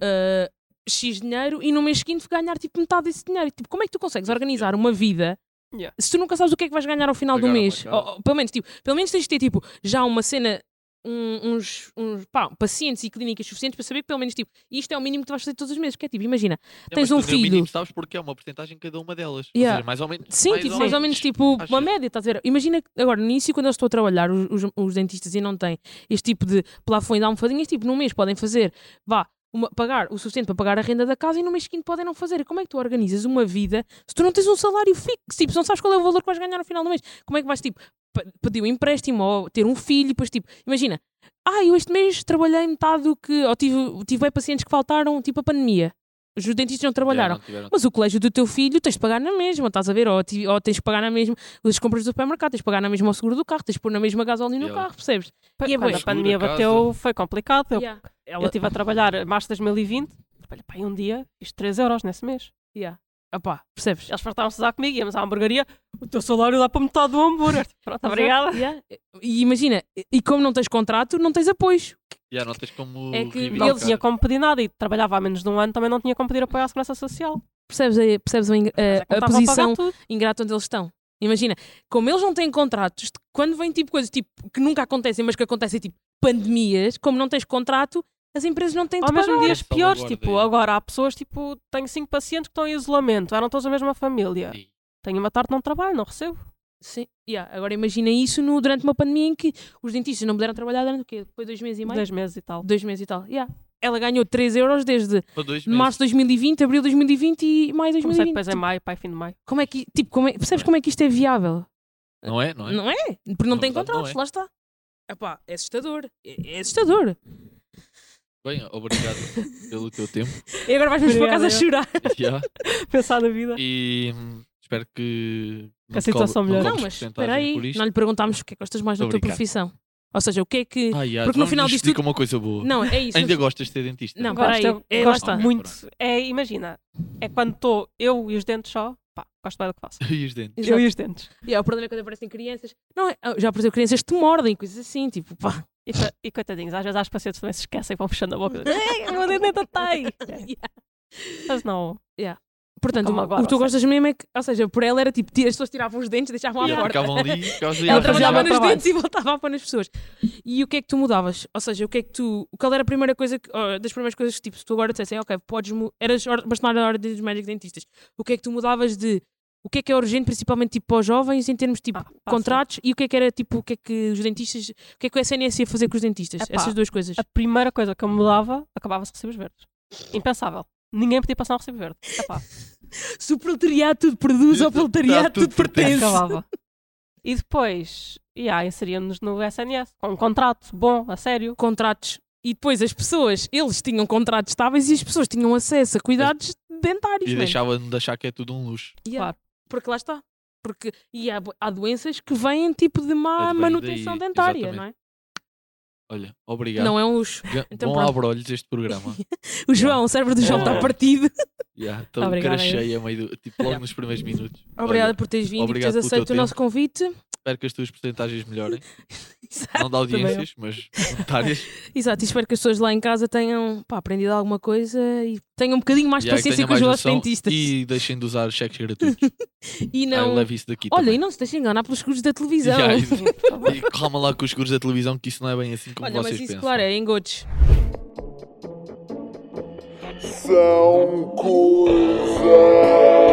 Speaker 1: ah, X dinheiro e no mês seguinte ganhar tipo metade desse dinheiro. Tipo, como é que tu consegues organizar uma vida?
Speaker 4: Yeah.
Speaker 1: Se tu nunca sabes o que é que vais ganhar ao final do
Speaker 3: Pagar uma
Speaker 1: mês,
Speaker 3: casa.
Speaker 1: Ou- ou, pelo menos, tipo, pelo menos tens de ter tipo, já uma cena um- uns, uns pá, pacientes e clínicas suficientes para saber que pelo menos tipo, isto é o mínimo que tu vais fazer todos os meses. Que é tipo, imagina,
Speaker 3: É,
Speaker 1: Tens
Speaker 3: mas
Speaker 1: um
Speaker 3: tu, no mínimo,
Speaker 1: filho.
Speaker 3: sabes porque é uma porcentagem cada uma delas. Ou
Speaker 1: Yeah.
Speaker 3: seja, mais ou menos.
Speaker 1: sim,
Speaker 3: mais
Speaker 1: tipo,
Speaker 3: ou
Speaker 1: mais ou menos tipo uma
Speaker 3: Achas?
Speaker 1: média, estás a ver? Imagina que agora no início, quando eu estou a trabalhar, os, os- os dentistas e não têm este tipo de plafond de almofadinhas, tipo, num mês podem fazer, vá. uma- pagar o suficiente para pagar a renda da casa e no mês seguinte podem não fazer. Como é que tu organizas uma vida se tu não tens um salário fixo? Tipo, se não sabes qual é o valor que vais ganhar no final do mês, como é que vais, tipo, pe- pedir um empréstimo ou ter um filho? e Depois, tipo, imagina, ah, eu este mês trabalhei metade do que, ou tive, tive bem pacientes que faltaram, tipo, a pandemia. Os dentistas não
Speaker 3: Yeah,
Speaker 1: trabalharam.
Speaker 3: não tiveram-
Speaker 1: Mas o colégio do teu filho tens de pagar na mesma, estás a ver? Ou, ti- ou tens de pagar na mesma as compras do supermercado, tens de pagar na mesma o seguro do carro, tens de pôr na mesma gasolina no
Speaker 3: Yeah.
Speaker 1: carro, percebes? E é
Speaker 4: Quando
Speaker 1: bué.
Speaker 4: a pandemia
Speaker 3: Segura,
Speaker 4: bateu, foi complicado. Eu,
Speaker 1: Yeah.
Speaker 4: eu
Speaker 1: Ela,
Speaker 4: estive a trabalhar em março de 2020. Olha, pá, e um dia fiz 3 euros nesse mês.
Speaker 1: yeah. Opá, percebes?
Speaker 4: Eles fartaram-se de dar comigo, íamos à hamburgueria. O teu salário dá para metade do hambúrguer. Pronto, obrigada.
Speaker 1: Yeah. E imagina, e- e como não tens contrato, não tens apoios.
Speaker 3: Yeah, não tens como.
Speaker 1: É que
Speaker 3: reivindicar.
Speaker 4: Não tinha como pedir nada e trabalhava há menos de um ano, também não tinha como pedir apoio à Segurança Social.
Speaker 1: Percebes a, percebes a, ing-
Speaker 4: Mas é que
Speaker 1: a,
Speaker 4: não
Speaker 1: a
Speaker 4: estavam pagar
Speaker 1: posição
Speaker 4: tudo.
Speaker 1: ingrata onde eles estão? Imagina, como eles não têm contratos, quando vêm tipo coisas tipo, que nunca acontecem, mas que acontecem tipo pandemias, como não tens contrato, As empresas não têm de
Speaker 4: Ao mesmo
Speaker 1: pagar.
Speaker 4: dias
Speaker 3: Essa
Speaker 4: piores,
Speaker 3: salvaguarda,
Speaker 4: tipo,
Speaker 3: é.
Speaker 4: agora há pessoas, tipo, tenho cinco pacientes que estão em isolamento, eram todos da mesma família.
Speaker 3: Sim.
Speaker 4: Tenho uma tarde, não trabalho, não recebo.
Speaker 1: Sim. Yeah. Agora imagina isso no, durante uma pandemia em que os dentistas não puderam trabalhar durante o quê? Depois dois meses e meio?
Speaker 4: Dois meses e tal.
Speaker 1: Dois meses e tal. Yeah. Ela ganhou 3 euros desde
Speaker 3: Para dois meses. é
Speaker 1: março de 2020, abril de 2020 e maio de
Speaker 4: Comecei
Speaker 1: 2020.
Speaker 4: depois em maio, pai, fim de maio.
Speaker 1: Como é que, tipo, como é- percebes como é que isto é viável?
Speaker 3: Não é? Não é?
Speaker 1: Não é? Porque não
Speaker 3: Na
Speaker 1: tem
Speaker 3: verdade,
Speaker 1: contratos,
Speaker 3: não é.
Speaker 1: lá está. Epá, é assustador. É, é assustador.
Speaker 3: Bem, obrigado pelo teu tempo.
Speaker 1: E agora vais-me para
Speaker 4: Obrigada,
Speaker 1: casa
Speaker 4: eu.
Speaker 1: chorar.
Speaker 3: Já.
Speaker 4: Pensar na vida.
Speaker 3: E hum, espero que.
Speaker 4: Que a situação melhore.
Speaker 1: Não, mas espera aí, não lhe perguntámos o que é que gostas mais da
Speaker 3: Muito
Speaker 1: tua
Speaker 3: obrigado.
Speaker 1: profissão. Ou seja, o que é que.
Speaker 3: Ah, yeah,
Speaker 1: Porque no
Speaker 3: vamos
Speaker 1: final
Speaker 3: nos
Speaker 1: disto
Speaker 3: dedicar uma coisa boa.
Speaker 1: Não, é isso.
Speaker 3: Ah, Ainda gostas de ser dentista?
Speaker 1: Não, pera
Speaker 3: Pá,
Speaker 4: Gosto,
Speaker 1: aí.
Speaker 4: eu
Speaker 1: É, lá
Speaker 4: gosto
Speaker 1: está.
Speaker 4: muito. É, imagina, é quando estou eu e os dentes só, pá, gosto bem do que faço.
Speaker 3: E os dentes?
Speaker 1: Exato.
Speaker 4: Eu e os dentes.
Speaker 1: E, ó, o problema é quando aparecem crianças. Não, é- já apareceu crianças que te mordem, coisas assim, tipo, pá.
Speaker 4: E, co- e coitadinhos, às vezes as pacientes também se esquecem e vão fechando a boca. "Ei, o meu dente ainda está aí. Mas não.
Speaker 1: Portanto,
Speaker 4: Como
Speaker 1: o,
Speaker 4: agora,
Speaker 1: o que tu
Speaker 4: ou seja.
Speaker 1: gostas mesmo é que, ou seja, por ela era tipo, tira- as pessoas tiravam os dentes, deixavam à
Speaker 3: Yeah,
Speaker 1: porta.
Speaker 3: Ficavam ali, ficavam ali.
Speaker 1: Ela
Speaker 3: a
Speaker 1: trabalhava
Speaker 3: rajar.
Speaker 1: nos
Speaker 4: trabalho.
Speaker 1: dentes e voltava a pôr nas pessoas. E o que é que tu mudavas? Ou seja, o que é que tu. Qual era a primeira coisa que. ó, das primeiras coisas que tipo, se tu agora dissessem, ok, podes. mu- Eras or- bastonário da ordem dos médicos dentistas. O que é que tu mudavas de. O que é que é urgente, principalmente tipo, para os jovens, em termos tipo
Speaker 4: Ah, pá,
Speaker 1: contratos? E o que é que era tipo. O que é que os dentistas. O que é que o SNS ia fazer com os dentistas?
Speaker 4: Epá,
Speaker 1: Essas duas coisas.
Speaker 4: a primeira coisa que eu mudava acabava-se recibos verdes. Impensável. Ninguém podia passar um recibo verde. Epá,
Speaker 1: Se o proletariado tudo produz,
Speaker 3: Tá,
Speaker 1: ao proletariado
Speaker 3: tudo
Speaker 1: tudo, pertence.
Speaker 4: acabava. E depois, yeah, inseríamos-nos no SNS, com um contrato bom, a sério.
Speaker 1: Contratos. E depois as pessoas, eles tinham contratos estáveis e as pessoas tinham acesso a cuidados dentários.
Speaker 3: E
Speaker 1: mano.
Speaker 3: deixava-me de achar que é tudo um luxo.
Speaker 1: Yeah.
Speaker 4: Claro.
Speaker 1: Porque lá está. Porque, e há, bo- há doenças que vêm tipo de má
Speaker 3: Advém
Speaker 1: manutenção
Speaker 3: daí,
Speaker 1: dentária, não é?
Speaker 3: Olha, obrigado.
Speaker 1: Não é um luxo.
Speaker 3: Ga-
Speaker 1: Então
Speaker 3: Bom
Speaker 1: pronto.
Speaker 3: abrolhos este programa.
Speaker 1: O João, o cérebro do João está
Speaker 3: Oh.
Speaker 1: partido.
Speaker 3: Yeah, Estou de
Speaker 4: Obrigada,
Speaker 3: cara cheia, meio do- tipo, logo nos primeiros minutos.
Speaker 1: Obrigada
Speaker 3: Olha,
Speaker 1: por teres vindo e por
Speaker 3: obrigado
Speaker 1: teres
Speaker 3: pelo teu
Speaker 1: aceito o nosso convite.
Speaker 3: espero que as tuas porcentagens melhorem.
Speaker 1: Exato.
Speaker 3: Não de audiências, mas monetárias.
Speaker 1: Exato, e espero que as pessoas lá em casa tenham pá, aprendido alguma coisa e tenham um bocadinho mais
Speaker 3: Yeah, que
Speaker 1: paciência
Speaker 3: tenha
Speaker 1: com os
Speaker 3: mais
Speaker 1: vossos
Speaker 3: noção
Speaker 1: dentistas. E,
Speaker 3: E deixem de usar cheques gratuitos.
Speaker 1: não.
Speaker 3: Ah, leve isso daqui
Speaker 1: Olha, então.
Speaker 3: também.
Speaker 1: e não se deixem enganar pelos cursos da televisão.
Speaker 3: Yeah, isso- E calma lá com os seguros da televisão, que isso não é bem assim como
Speaker 1: Olha, mas
Speaker 3: vocês
Speaker 1: isso,
Speaker 3: pensam.
Speaker 1: claro, é engotes.
Speaker 2: São coisas.